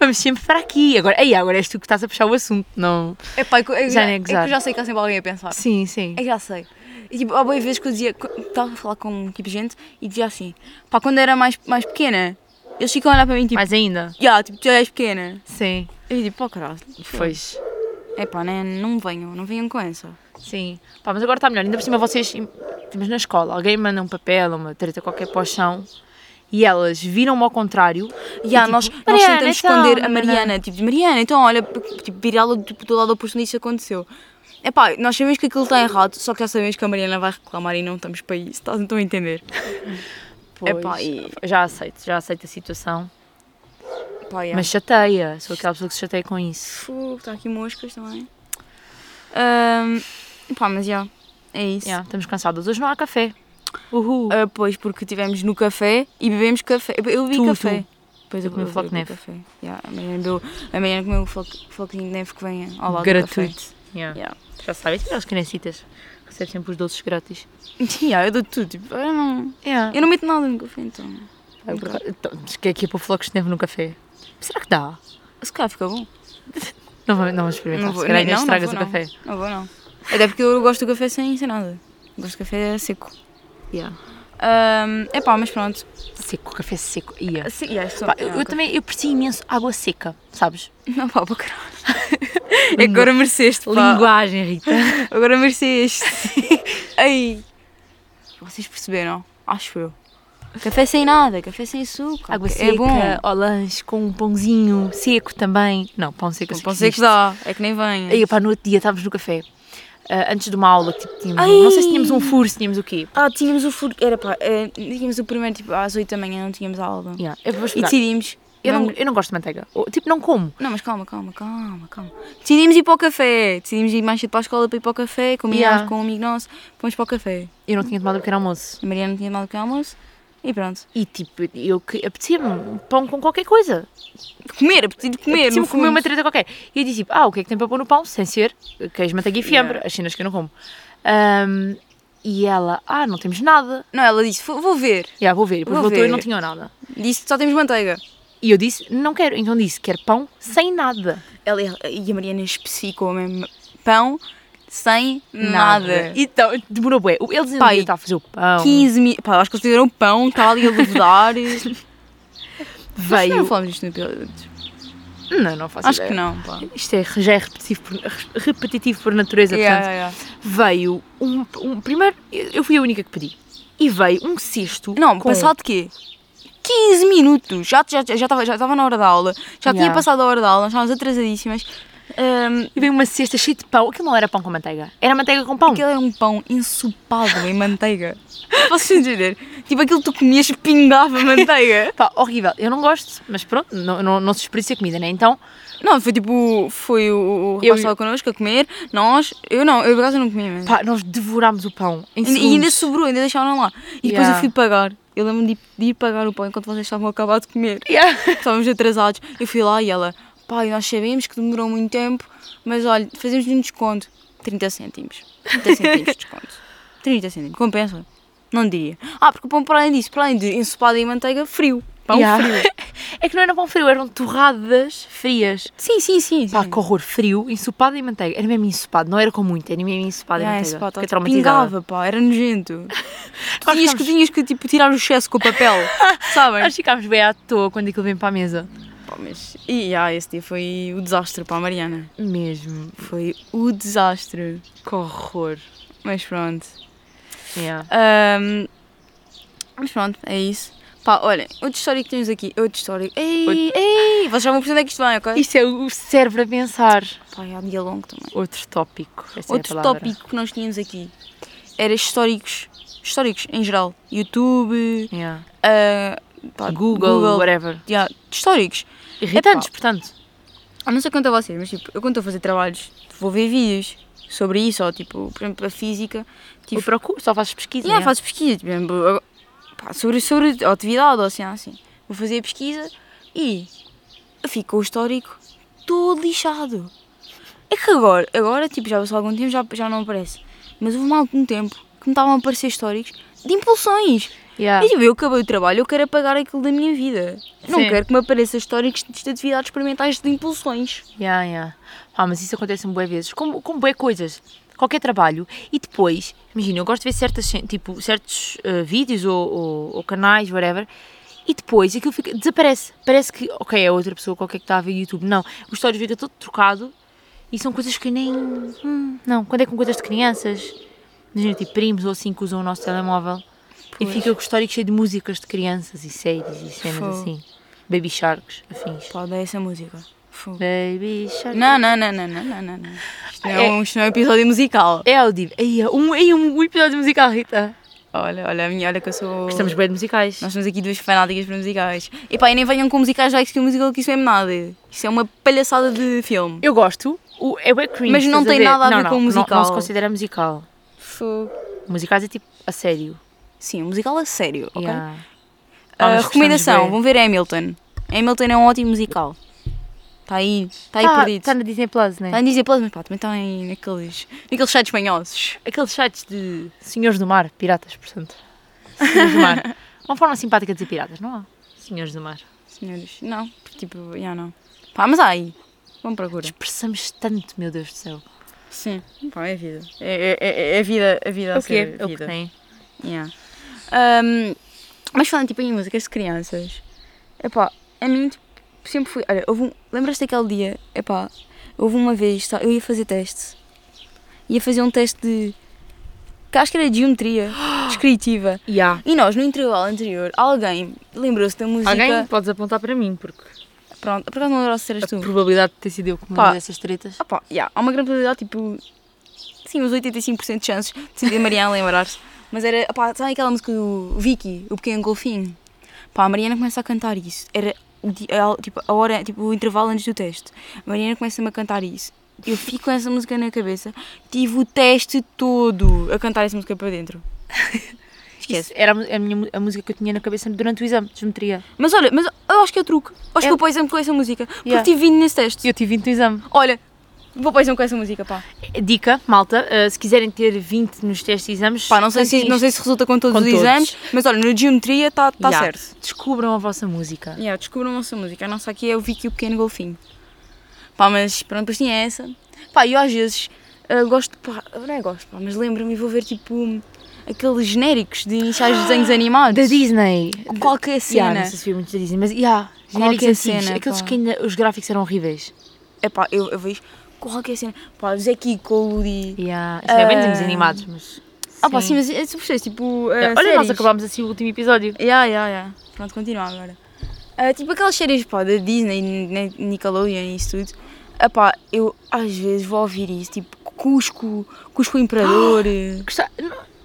[SPEAKER 2] Vamos sempre para aqui. Agora, aí, agora és tu que estás a puxar o assunto, não?
[SPEAKER 1] Epá, é que- é, que
[SPEAKER 2] Já
[SPEAKER 1] já,
[SPEAKER 2] nem
[SPEAKER 1] é que
[SPEAKER 2] gozar.
[SPEAKER 1] eu já sei que há sempre alguém a pensar.
[SPEAKER 2] Sim, sim.
[SPEAKER 1] Eu É já sei. E tipo, há boa vez que eu dizia, que estava a falar com um tipo de gente e dizia assim, pá, quando era mais, mais pequena, eles ficam a olhar para mim tipo,
[SPEAKER 2] Mais ainda?
[SPEAKER 1] "Ya, tipo, tu já és pequena.
[SPEAKER 2] Sim.
[SPEAKER 1] Eu tipo, pá, caralho.
[SPEAKER 2] Pois.
[SPEAKER 1] É pá, né, não venham, não venham com essa.
[SPEAKER 2] Sim. Pá, mas agora está melhor. Ainda por cima vocês temos na escola. Alguém manda um papel, uma treta qualquer para o chão e elas viram-me ao contrário.
[SPEAKER 1] E
[SPEAKER 2] e,
[SPEAKER 1] yeah,
[SPEAKER 2] tipo,
[SPEAKER 1] nós, nós
[SPEAKER 2] "Mariana,
[SPEAKER 1] tentamos
[SPEAKER 2] então,
[SPEAKER 1] esconder a
[SPEAKER 2] nanana."
[SPEAKER 1] Mariana, tipo, Mariana, então olha, tipo, virá-la do, do lado oposto onde isso aconteceu. É pá, nós sabemos que aquilo está errado, só que já sabemos que a Mariana vai reclamar e não estamos para isso, estás então a entender?
[SPEAKER 2] Pois,
[SPEAKER 1] Epá, e-
[SPEAKER 2] Já aceito, já aceito a situação.
[SPEAKER 1] Pá, yeah.
[SPEAKER 2] Mas chateia. Sou aquela pessoa que se chateia com isso.
[SPEAKER 1] Fogo, está aqui moscas também. Ahm, pá, mas já, é isso.
[SPEAKER 2] Yeah, estamos cansadas. Hoje não há café. Uhul.
[SPEAKER 1] Ah, pois, porque estivemos no café e bebemos café. Eu- Eu bebi
[SPEAKER 2] Tu,
[SPEAKER 1] café.
[SPEAKER 2] tu.
[SPEAKER 1] Pois
[SPEAKER 2] Eu comi um
[SPEAKER 1] bebi
[SPEAKER 2] floco de neve.
[SPEAKER 1] café. Yeah, a Mariana bebeu- a Mariana comeu o floco- floquinho de neve que vem ao lado do
[SPEAKER 2] Gratuito.
[SPEAKER 1] café.
[SPEAKER 2] Yeah.
[SPEAKER 1] Yeah.
[SPEAKER 2] Já sabes, para as crianças recebem sempre os doces grátis.
[SPEAKER 1] Yeah, eu dou tudo. Tipo, eu, não, eu não meto nada no café, então.
[SPEAKER 2] É verdade. Então, mas que é que ia pôr flocos de neve no café? Será que dá?
[SPEAKER 1] Se calhar fica bom.
[SPEAKER 2] Não vamos, não vamos experimentar.
[SPEAKER 1] Não vou-
[SPEAKER 2] se calhar
[SPEAKER 1] não,
[SPEAKER 2] ainda
[SPEAKER 1] não,
[SPEAKER 2] estragas
[SPEAKER 1] não
[SPEAKER 2] o
[SPEAKER 1] vou,
[SPEAKER 2] café.
[SPEAKER 1] Não vou, não. Até porque eu gosto do café sem, sem nada. Gosto de café seco. é pá, mas pronto.
[SPEAKER 2] Seco, café seco. Ia.
[SPEAKER 1] Assim, yeah, isto-
[SPEAKER 2] Pá, eu,
[SPEAKER 1] yeah,
[SPEAKER 2] eu também eu aprecio imenso água seca, sabes?
[SPEAKER 1] Não, pá, para caralho. É que agora mereceste, pá.
[SPEAKER 2] Linguagem, Rita.
[SPEAKER 1] Agora mereceste. Ei. Vocês perceberam? Acho eu. Café sem nada, café sem açúcar.
[SPEAKER 2] Água
[SPEAKER 1] é
[SPEAKER 2] seca,
[SPEAKER 1] bom.
[SPEAKER 2] ao lanche, com um pãozinho seco também. Não, pão seco assim.
[SPEAKER 1] Não sei que dá, é que nem vem.
[SPEAKER 2] Aí, pá, no outro dia estávamos no café. ah, antes de uma aula, que tipo, tínhamos,
[SPEAKER 1] Ai!
[SPEAKER 2] não sei se tínhamos um furo, se tínhamos o quê.
[SPEAKER 1] Ah, tínhamos o furo. Era pá, eh, tínhamos o primeiro tipo às 8 da manhã, não tínhamos a aula.
[SPEAKER 2] Yeah, eu vou
[SPEAKER 1] E
[SPEAKER 2] explicar.
[SPEAKER 1] decidimos,
[SPEAKER 2] Eu não,
[SPEAKER 1] Vamos-
[SPEAKER 2] eu não gosto de manteiga. Ou, tipo, não como.
[SPEAKER 1] Não, mas calma, calma, calma, calma. Decidimos ir para o café. Decidimos ir mais cedo para a escola para ir para o café. Combinámos
[SPEAKER 2] Yeah.
[SPEAKER 1] com um amigo nosso. Fomos para o café.
[SPEAKER 2] Eu não tinha tomado o pequeno almoço.
[SPEAKER 1] A Mariana não tinha mal do que almoço. E pronto.
[SPEAKER 2] E tipo, eu que apetecia-me um pão com qualquer coisa.
[SPEAKER 1] Comer, apetite de comer.
[SPEAKER 2] Apetecia-me
[SPEAKER 1] no
[SPEAKER 2] um comer
[SPEAKER 1] fundo.
[SPEAKER 2] uma treta qualquer. E eu disse tipo, ah, o que é que tem para pôr no pão? Sem ser queijo, manteiga e fiambre.
[SPEAKER 1] Yeah.
[SPEAKER 2] As cenas que eu não como. Ahm, e ela, ah, não temos nada.
[SPEAKER 1] Não, ela disse, vou vou ver.
[SPEAKER 2] Já, vou ver. E Depois
[SPEAKER 1] Vou
[SPEAKER 2] voltou e
[SPEAKER 1] ver.
[SPEAKER 2] não tinha nada.
[SPEAKER 1] Disse, só temos manteiga.
[SPEAKER 2] E eu disse, não quero. Então disse, quero pão sem nada.
[SPEAKER 1] Ela e a Mariana especificou mesmo pão sem nada. E
[SPEAKER 2] Então, demorou bué. Eles ainda
[SPEAKER 1] Pai,
[SPEAKER 2] estavam a fazer o pão.
[SPEAKER 1] 15 mil. Pá, acho que eles tiveram pão, estava ali a duvidar. Nós
[SPEAKER 2] Veio.
[SPEAKER 1] Não falamos disto no episódio.
[SPEAKER 2] Não, não faço
[SPEAKER 1] Acho
[SPEAKER 2] ideia.
[SPEAKER 1] que não, pá.
[SPEAKER 2] Isto é, já é repetitivo por, repetitivo por natureza,
[SPEAKER 1] Yeah,
[SPEAKER 2] portanto.
[SPEAKER 1] yeah.
[SPEAKER 2] Veio um, um- Primeiro, eu eu fui a única que pedi. E veio um cesto.
[SPEAKER 1] Não,
[SPEAKER 2] com-
[SPEAKER 1] passado de quê? 15 minutos! Já estava já, já tava- já tava na hora da aula, já tinha
[SPEAKER 2] Yeah.
[SPEAKER 1] passado a hora da aula, nós estávamos atrasadíssimas. Hum, Ahm,
[SPEAKER 2] E veio uma cesta cheia de pão. Aquilo não era pão com manteiga. Era manteiga com pão.
[SPEAKER 1] aquilo era um pão ensopado em manteiga. Posso entender? Tipo, aquilo que tu comias pingava manteiga.
[SPEAKER 2] Pá, horrível. Eu não gosto, mas pronto, não, não, não se desperdiça comida, né? Então,
[SPEAKER 1] Não, foi tipo, foi o, o rapaz
[SPEAKER 2] Eu-
[SPEAKER 1] que estava connosco a comer, nós, eu não, eu por acaso não comia mesmo.
[SPEAKER 2] pá, nós devorámos o pão. Em
[SPEAKER 1] E ainda
[SPEAKER 2] segundos.
[SPEAKER 1] sobrou, ainda deixaram lá. E depois eu
[SPEAKER 2] Yeah.
[SPEAKER 1] fui pagar. Eu lembro-me de, de ir pagar o pão enquanto vocês estavam a acabar de comer.
[SPEAKER 2] Yeah.
[SPEAKER 1] Estávamos atrasados. Eu fui lá e ela, pai, nós sabemos que demorou muito tempo, mas olha, fazemos um desconto. 30 cêntimos. 30 cêntimos de desconto. 30 cêntimos. Compensa? Não diria. Ah, porque o pão, para além disso, para além de ensopado em manteiga, frio. Pão
[SPEAKER 2] Yeah.
[SPEAKER 1] frio.
[SPEAKER 2] É que não era pão frio, eram torradas frias.
[SPEAKER 1] Sim, sim, sim. sim.
[SPEAKER 2] Pá, que horror, frio, ensopado e manteiga. Era mesmo ensopado, não era com muito, era mesmo ensopado e
[SPEAKER 1] Ah,
[SPEAKER 2] manteiga.
[SPEAKER 1] esse pá,
[SPEAKER 2] Fiquei
[SPEAKER 1] tá-
[SPEAKER 2] traumatizada.
[SPEAKER 1] pingava, pá, era nojento. Tu
[SPEAKER 2] Nós
[SPEAKER 1] tinhas que,
[SPEAKER 2] ficámos-
[SPEAKER 1] tinhas que tipo, tirar o excesso com o papel, sabem?
[SPEAKER 2] Nós ficámos bem à toa quando aquilo vem para a mesa.
[SPEAKER 1] Pá, mas. E ah, esse dia foi o desastre para a Mariana.
[SPEAKER 2] Mesmo,
[SPEAKER 1] Foi o desastre.
[SPEAKER 2] que horror.
[SPEAKER 1] Mas pronto.
[SPEAKER 2] Yeah.
[SPEAKER 1] Ahm, mas pronto, é isso. Pá, olhem, outra história que temos aqui. Outra história. Ei,
[SPEAKER 2] Outra-
[SPEAKER 1] ei! Vocês já vão perceber onde é que isto vem, ok?
[SPEAKER 2] Isto é o cérebro a pensar.
[SPEAKER 1] Pá, é um dia longo também.
[SPEAKER 2] Outro tópico. Essa
[SPEAKER 1] Outro
[SPEAKER 2] é a palavra.
[SPEAKER 1] tópico que nós tínhamos aqui era históricos. Históricos em geral. YouTube,
[SPEAKER 2] Yeah.
[SPEAKER 1] ah, pá,
[SPEAKER 2] Google, whatever.
[SPEAKER 1] yeah, históricos.
[SPEAKER 2] Irritantes, portanto.
[SPEAKER 1] Ah, não sei quanto a vocês, mas tipo, eu quando estou a fazer trabalhos, vou ver vídeos sobre isso, ou tipo, por exemplo, a física. Tipo,
[SPEAKER 2] Eu procuro, só fazes pesquisa.
[SPEAKER 1] Yeah,
[SPEAKER 2] né?
[SPEAKER 1] faço pesquisa, tipo, eu- pá, sobre, sobre a atividade ou assim, assim. Vou fazer a pesquisa e fica o histórico todo lixado. É que agora, agora tipo, já passou algum tempo, já, já não aparece. Mas houve mal um tempo que me estavam a aparecer históricos de impulsões.
[SPEAKER 2] Yeah.
[SPEAKER 1] E tipo, eu acabei o trabalho, eu quero apagar aquilo da minha vida. Não
[SPEAKER 2] Sim.
[SPEAKER 1] quero que me apareçam históricos de atividades experimentais de impulsões.
[SPEAKER 2] Yeah, yeah. Ah, mas isso acontece bué vezes, com, com bué coisas, qualquer trabalho. E depois, imagina, eu gosto de ver certas, cen- tipo, certos eh, vídeos ou, ou- ou canais, whatever, e depois aquilo fica, desaparece. Parece que, ok, é outra pessoa qualquer que está a ver YouTube. Não, o histórico fica todo trocado e são coisas que eu nem... hum, não, quando é com coisas de crianças, imagina, tipo, primos ou assim que usam o nosso telemóvel. E
[SPEAKER 1] Pois.
[SPEAKER 2] fica com o histórico cheio de músicas de crianças e séries e cenas
[SPEAKER 1] Fogo.
[SPEAKER 2] assim. Baby Sharks, afins.
[SPEAKER 1] Pá, dá essa música. Fogo.
[SPEAKER 2] Baby Sharks.
[SPEAKER 1] Não, não, não, não, não, não, não, não. Isto não é,
[SPEAKER 2] É-
[SPEAKER 1] um, isto não é um episódio musical.
[SPEAKER 2] É audível. Aí, um, aí, um episódio musical, Rita.
[SPEAKER 1] Olha, olha, a minha, olha que eu sou.
[SPEAKER 2] Estamos bem de musicais.
[SPEAKER 1] Nós somos aqui duas fanáticas para musicais. E pá, e nem venham com musicais High School Musical, que isso é nada. Isso é uma palhaçada de filme.
[SPEAKER 2] Eu gosto. O, é bem cringe.
[SPEAKER 1] Mas não
[SPEAKER 2] estás
[SPEAKER 1] tem
[SPEAKER 2] ver?
[SPEAKER 1] nada a
[SPEAKER 2] Não,
[SPEAKER 1] ver
[SPEAKER 2] não,
[SPEAKER 1] com
[SPEAKER 2] não- Não,
[SPEAKER 1] musical.
[SPEAKER 2] se considera musical.
[SPEAKER 1] Fogo.
[SPEAKER 2] Musicais é tipo a sério.
[SPEAKER 1] Sim, um musical a sério, ok?
[SPEAKER 2] Yeah.
[SPEAKER 1] Ah,
[SPEAKER 2] Ah, mas
[SPEAKER 1] recomendação,
[SPEAKER 2] gostamos
[SPEAKER 1] vão ver Hamilton. Hamilton é um ótimo musical. Está aí, está aí
[SPEAKER 2] bem. Tá-
[SPEAKER 1] perdido.
[SPEAKER 2] Tá
[SPEAKER 1] Está
[SPEAKER 2] na Disney Plus, né?
[SPEAKER 1] a dizer pelas, mas pá, também está em- naqueles, naqueles sites manhosos.
[SPEAKER 2] Aqueles sites de senhores do mar, piratas, portanto. Senhores do mar. Uma forma simpática de dizer piratas, não há? Senhores do mar.
[SPEAKER 1] Senhores, não, porque tipo, já não. Pá, mas há aí. Vamos procurar.
[SPEAKER 2] Expressamos tanto, meu Deus do céu.
[SPEAKER 1] Sim, pá, é vida. É, é- é, é a vida, a vida a
[SPEAKER 2] O que
[SPEAKER 1] ser
[SPEAKER 2] é o que
[SPEAKER 1] vida.
[SPEAKER 2] tem.
[SPEAKER 1] Yeah. Ahm, mas falando tipo em músicas de crianças, epá, a mim tipo, sempre fui. Olha, houve um, lembras-te daquele dia? Epá, houve uma vez, tá, eu ia fazer teste. Ia fazer um teste de. que acho que era de geometria descritiva.
[SPEAKER 2] Yeah.
[SPEAKER 1] E nós, no intervalo anterior, alguém lembrou-se da música.
[SPEAKER 2] Alguém podes apontar para mim, porque
[SPEAKER 1] Pronto, por acaso não lembrou se eras
[SPEAKER 2] a
[SPEAKER 1] tu.
[SPEAKER 2] probabilidade de ter sido eu que me
[SPEAKER 1] Pá.
[SPEAKER 2] mandei essas tretas.
[SPEAKER 1] Opá, yeah, há uma grande probabilidade, tipo, sim, uns 85% de chances de ser de Mariana lembrar-se. Mas era, opá, sabe aquela música do Vicky, o pequeno golfinho? Pá, a Mariana começa a cantar isso. Era o di- a- tipo, a hora, tipo, o intervalo antes do teste. A Mariana começa-me a cantar isso. Eu fico com essa música na cabeça. Tive o teste todo a cantar essa música para dentro. Esquece.
[SPEAKER 2] Isso era é a, mu- a minha, mu- a música que eu tinha na cabeça durante o exame de geometria.
[SPEAKER 1] Mas olha, mas eu acho que é truque. Acho que
[SPEAKER 2] Eu-
[SPEAKER 1] eu pois com essa música. Porque
[SPEAKER 2] Yeah.
[SPEAKER 1] tive vindo nesse teste.
[SPEAKER 2] Eu tive 20 no exame.
[SPEAKER 1] Olha, vou pois com essa música, pá.
[SPEAKER 2] Dica, malta, eh, se quiserem ter 20 nos testes e exames,
[SPEAKER 1] Pá, não sei, se,
[SPEAKER 2] cantem
[SPEAKER 1] não
[SPEAKER 2] isto.
[SPEAKER 1] sei se resulta com todos
[SPEAKER 2] Com
[SPEAKER 1] os
[SPEAKER 2] todos.
[SPEAKER 1] exames, mas olha, na geometria está tá
[SPEAKER 2] Yeah.
[SPEAKER 1] certo.
[SPEAKER 2] Descubram a vossa música.
[SPEAKER 1] Yeah, descubram a nossa música. A nossa aqui é o Vicky e o Pequeno Golfinho. Pá, mas pronto, depois tinha essa. Pá, e eu às vezes ah, gosto, pá, não é gosto, pá, mas lembro-me e vou ver tipo aqueles genéricos de iniciais de desenhos animados.
[SPEAKER 2] Da Disney.
[SPEAKER 1] Qualquer
[SPEAKER 2] Yeah,
[SPEAKER 1] cena.
[SPEAKER 2] não sei se vi muitos da Disney, mas yeah,
[SPEAKER 1] Qualquer
[SPEAKER 2] genéricos antigos,
[SPEAKER 1] cena,
[SPEAKER 2] aqueles
[SPEAKER 1] pá.
[SPEAKER 2] que ainda os gráficos eram horríveis.
[SPEAKER 1] É pá, eu, eu vejo qualquer cena. Pá, o Zé Kiko, o Ludi.
[SPEAKER 2] Yeah. Isto não é bem desenhos
[SPEAKER 1] Ah.
[SPEAKER 2] animados, mas.
[SPEAKER 1] Ah, pá, sim, mas é super cheio, tipo. ah,
[SPEAKER 2] Olha, nós
[SPEAKER 1] séries.
[SPEAKER 2] acabámos assim o último episódio.
[SPEAKER 1] Ya, ya, ya. Pronto, continua agora. Ah, tipo aquelas séries pá, da Disney, Ni- Nickelodeon e isso tudo. Ah, pá, eu às vezes vou ouvir isso, tipo Cusco, Cusco Imperador.
[SPEAKER 2] Gostava.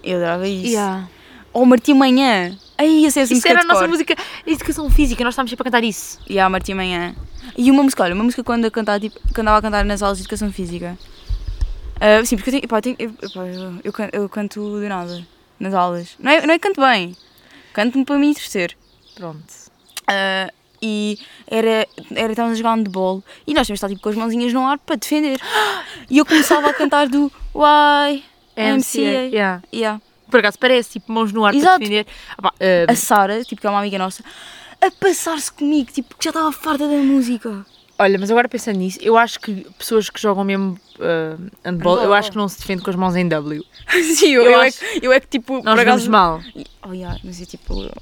[SPEAKER 1] eu adorava isso.
[SPEAKER 2] Yeah.
[SPEAKER 1] Ou Martim Manhã. Aí, essa é essa
[SPEAKER 2] Isso
[SPEAKER 1] música
[SPEAKER 2] era a
[SPEAKER 1] de
[SPEAKER 2] nossa
[SPEAKER 1] cor.
[SPEAKER 2] música, educação física, nós estávamos sempre a cantar isso.
[SPEAKER 1] Ya, Martim Manhã. E uma música, olha, uma música quando eu cantava, tipo, que andava a cantar nas aulas de Educação Física. Ah, sim, porque eu tenho, pá, eu, tenho- eu- pá, eu- eu can- eu canto de nada nas aulas. Não é, não é que canto bem, canto-me para me entreter.
[SPEAKER 2] Pronto.
[SPEAKER 1] Ah, e era, era estávamos a jogar handball e nós tínhamos de estar tipo, com as mãozinhas no ar para defender. E eu começava a cantar do Why MCA.
[SPEAKER 2] Yeah.
[SPEAKER 1] Yeah.
[SPEAKER 2] Por acaso parece, tipo, mãos no ar
[SPEAKER 1] Exato.
[SPEAKER 2] para defender. Ah, pá, eh,
[SPEAKER 1] A Sara, tipo, que é uma amiga nossa, a passar-se comigo, tipo, que já estava farta da música.
[SPEAKER 2] Olha, mas agora pensando nisso, eu acho que pessoas que jogam mesmo eh, handball, eu
[SPEAKER 1] Handball.
[SPEAKER 2] acho que não se defende com as mãos em W.
[SPEAKER 1] Sim, eu,
[SPEAKER 2] Eu
[SPEAKER 1] eu,
[SPEAKER 2] acho-
[SPEAKER 1] é, que- eu é que tipo,
[SPEAKER 2] Nós jogamos mal.
[SPEAKER 1] Oh, yeah, mas eu tipo. eu-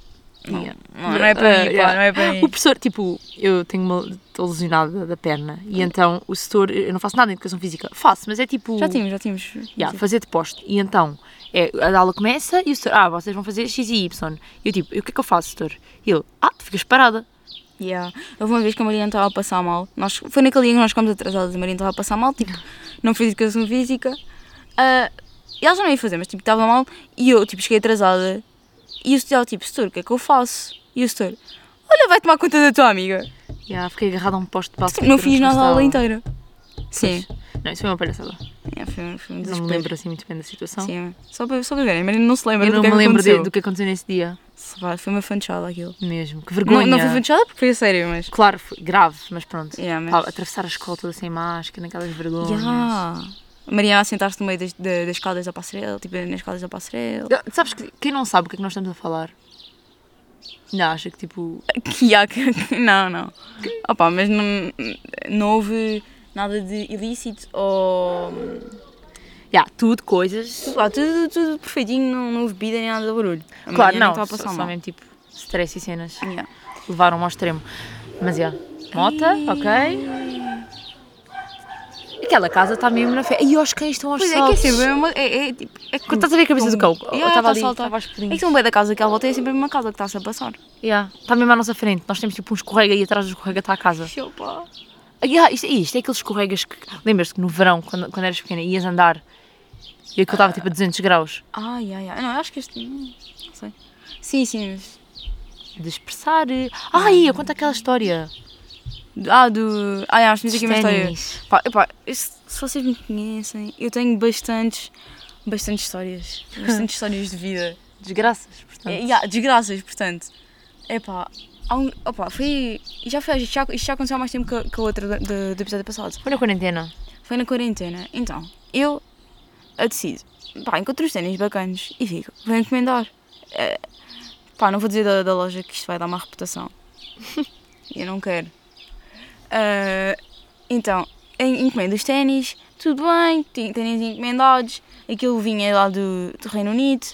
[SPEAKER 1] Não,
[SPEAKER 2] Yeah.
[SPEAKER 1] não, não é para
[SPEAKER 2] Ah,
[SPEAKER 1] mim, pá,
[SPEAKER 2] yeah.
[SPEAKER 1] não é para
[SPEAKER 2] O
[SPEAKER 1] mim.
[SPEAKER 2] professor, tipo, eu tenho uma. estou lesionada da perna e então o setor. eu não faço nada em educação física. Faço, mas é tipo.
[SPEAKER 1] Já tínhamos, já tínhamos.
[SPEAKER 2] Yeah, fazer de posto. E então, é, a aula começa e o setor. Ah, vocês vão fazer X e Y. E eu tipo, e o que é que eu faço, setor? E ele, ah, tu ficas parada.
[SPEAKER 1] Yeah. Houve uma vez que a Mariana estava a passar mal. Nós, foi naquele dia que nós ficámos atrasadas. A Mariana estava a passar mal, tipo, não fez educação física. Ah, e ela já não ia fazer, mas tipo, estava mal. E eu, tipo, cheguei atrasada. E o ela, tipo, setor, o que é que eu faço? E o setor, olha, vai tomar conta da tua amiga. Tipo,
[SPEAKER 2] Yeah, fiquei agarrada a um posto de passo.
[SPEAKER 1] Não fiz nada a aula inteira. Sim.
[SPEAKER 2] Não, isso foi uma palhaçada.
[SPEAKER 1] Yeah, foi, um- foi um
[SPEAKER 2] Não
[SPEAKER 1] desespero.
[SPEAKER 2] me lembro assim muito bem da situação.
[SPEAKER 1] Sim, é. só para, só para verem, a Mariana não se lembra
[SPEAKER 2] Eu
[SPEAKER 1] do
[SPEAKER 2] não
[SPEAKER 1] que
[SPEAKER 2] me
[SPEAKER 1] é que
[SPEAKER 2] lembro de-
[SPEAKER 1] aconteceu.
[SPEAKER 2] do que aconteceu nesse dia.
[SPEAKER 1] Pá, Foi uma fanchada aquilo.
[SPEAKER 2] Mesmo. Que
[SPEAKER 1] Não,
[SPEAKER 2] vergonha.
[SPEAKER 1] não foi fanchada porque foi a sério, mas...
[SPEAKER 2] Claro, foi grave, mas pronto.
[SPEAKER 1] Yeah, mas...
[SPEAKER 2] Pá, atravessar a escola toda sem máscara, naquelas vergonhas.
[SPEAKER 1] Ya. A Mariana a sentar-se no meio das, da- das escadas da passarela, tipo nas escadas da passarela.
[SPEAKER 2] Ah, Sabes que quem não sabe o que é que nós estamos a falar? Não, acha que tipo.
[SPEAKER 1] Que há que- que- Não, não. Opa, mas não, não houve nada de ilícito ou.
[SPEAKER 2] Yeah, tudo, coisas.
[SPEAKER 1] Sei lá, tudo, tudo perfeitinho, não, não houve bebida nem nada de barulho. A
[SPEAKER 2] Claro,
[SPEAKER 1] Mariana
[SPEAKER 2] não.
[SPEAKER 1] estava a
[SPEAKER 2] só-
[SPEAKER 1] passar
[SPEAKER 2] só,
[SPEAKER 1] mal.
[SPEAKER 2] mesmo tipo stress e cenas.
[SPEAKER 1] Ya.
[SPEAKER 2] Levaram-me ao extremo. Mas yeah. Mota, ok. Aquela casa está mesmo na fé. E os cães estão aos
[SPEAKER 1] Pois é, que é
[SPEAKER 2] saltos.
[SPEAKER 1] sempre. É, uma- é, é, tipo, é que-
[SPEAKER 2] Estás a ver a cabeça do cão?
[SPEAKER 1] Ya,
[SPEAKER 2] Eu
[SPEAKER 1] está
[SPEAKER 2] Estava
[SPEAKER 1] a
[SPEAKER 2] ali,
[SPEAKER 1] saltar.
[SPEAKER 2] estava aos
[SPEAKER 1] É
[SPEAKER 2] pelinhos.
[SPEAKER 1] que se não bem da casa que ela volta, é sempre a mesma casa que é? está-se a passar.
[SPEAKER 2] Yeah. Está mesmo à nossa frente. Nós temos tipo um escorrega e atrás do escorrega está a casa. Ah, yeah, isto, isto é aqueles escorregas que. Lembras-te que no verão, quando, quando eras pequena, ias andar e aquilo estava tipo a 200 graus.
[SPEAKER 1] Ai, ai, ai. Não, eu acho que este. Não sei. Sim, sim. mas-
[SPEAKER 2] Dispersar. eh, Ai, eu conto aquela história.
[SPEAKER 1] Ah, do. Ah, já, nós temos aqui uma história.
[SPEAKER 2] Ténis.
[SPEAKER 1] Pá, epá, se, se vocês me conhecem, eu tenho bastantes, bastantes histórias. Bastantes histórias de vida.
[SPEAKER 2] Desgraças, portanto.
[SPEAKER 1] É, yeah, desgraças, portanto. Epá, há um, opá, foi, já foi, isto já, isto já aconteceu há mais tempo que, a- que a outra da- da- do episódio passado.
[SPEAKER 2] Foi na quarentena.
[SPEAKER 1] Foi na quarentena. Então, eu a decido. Pá, encontro os ténis bacanos e fico, vou encomendar. Eh, pá, não vou dizer da, da loja que isto vai dar má reputação. eu não quero. Ah, então, en- encomendo os ténis, tudo bem, ti- ténis encomendados. Aquilo vinha lá do, do Reino Unido.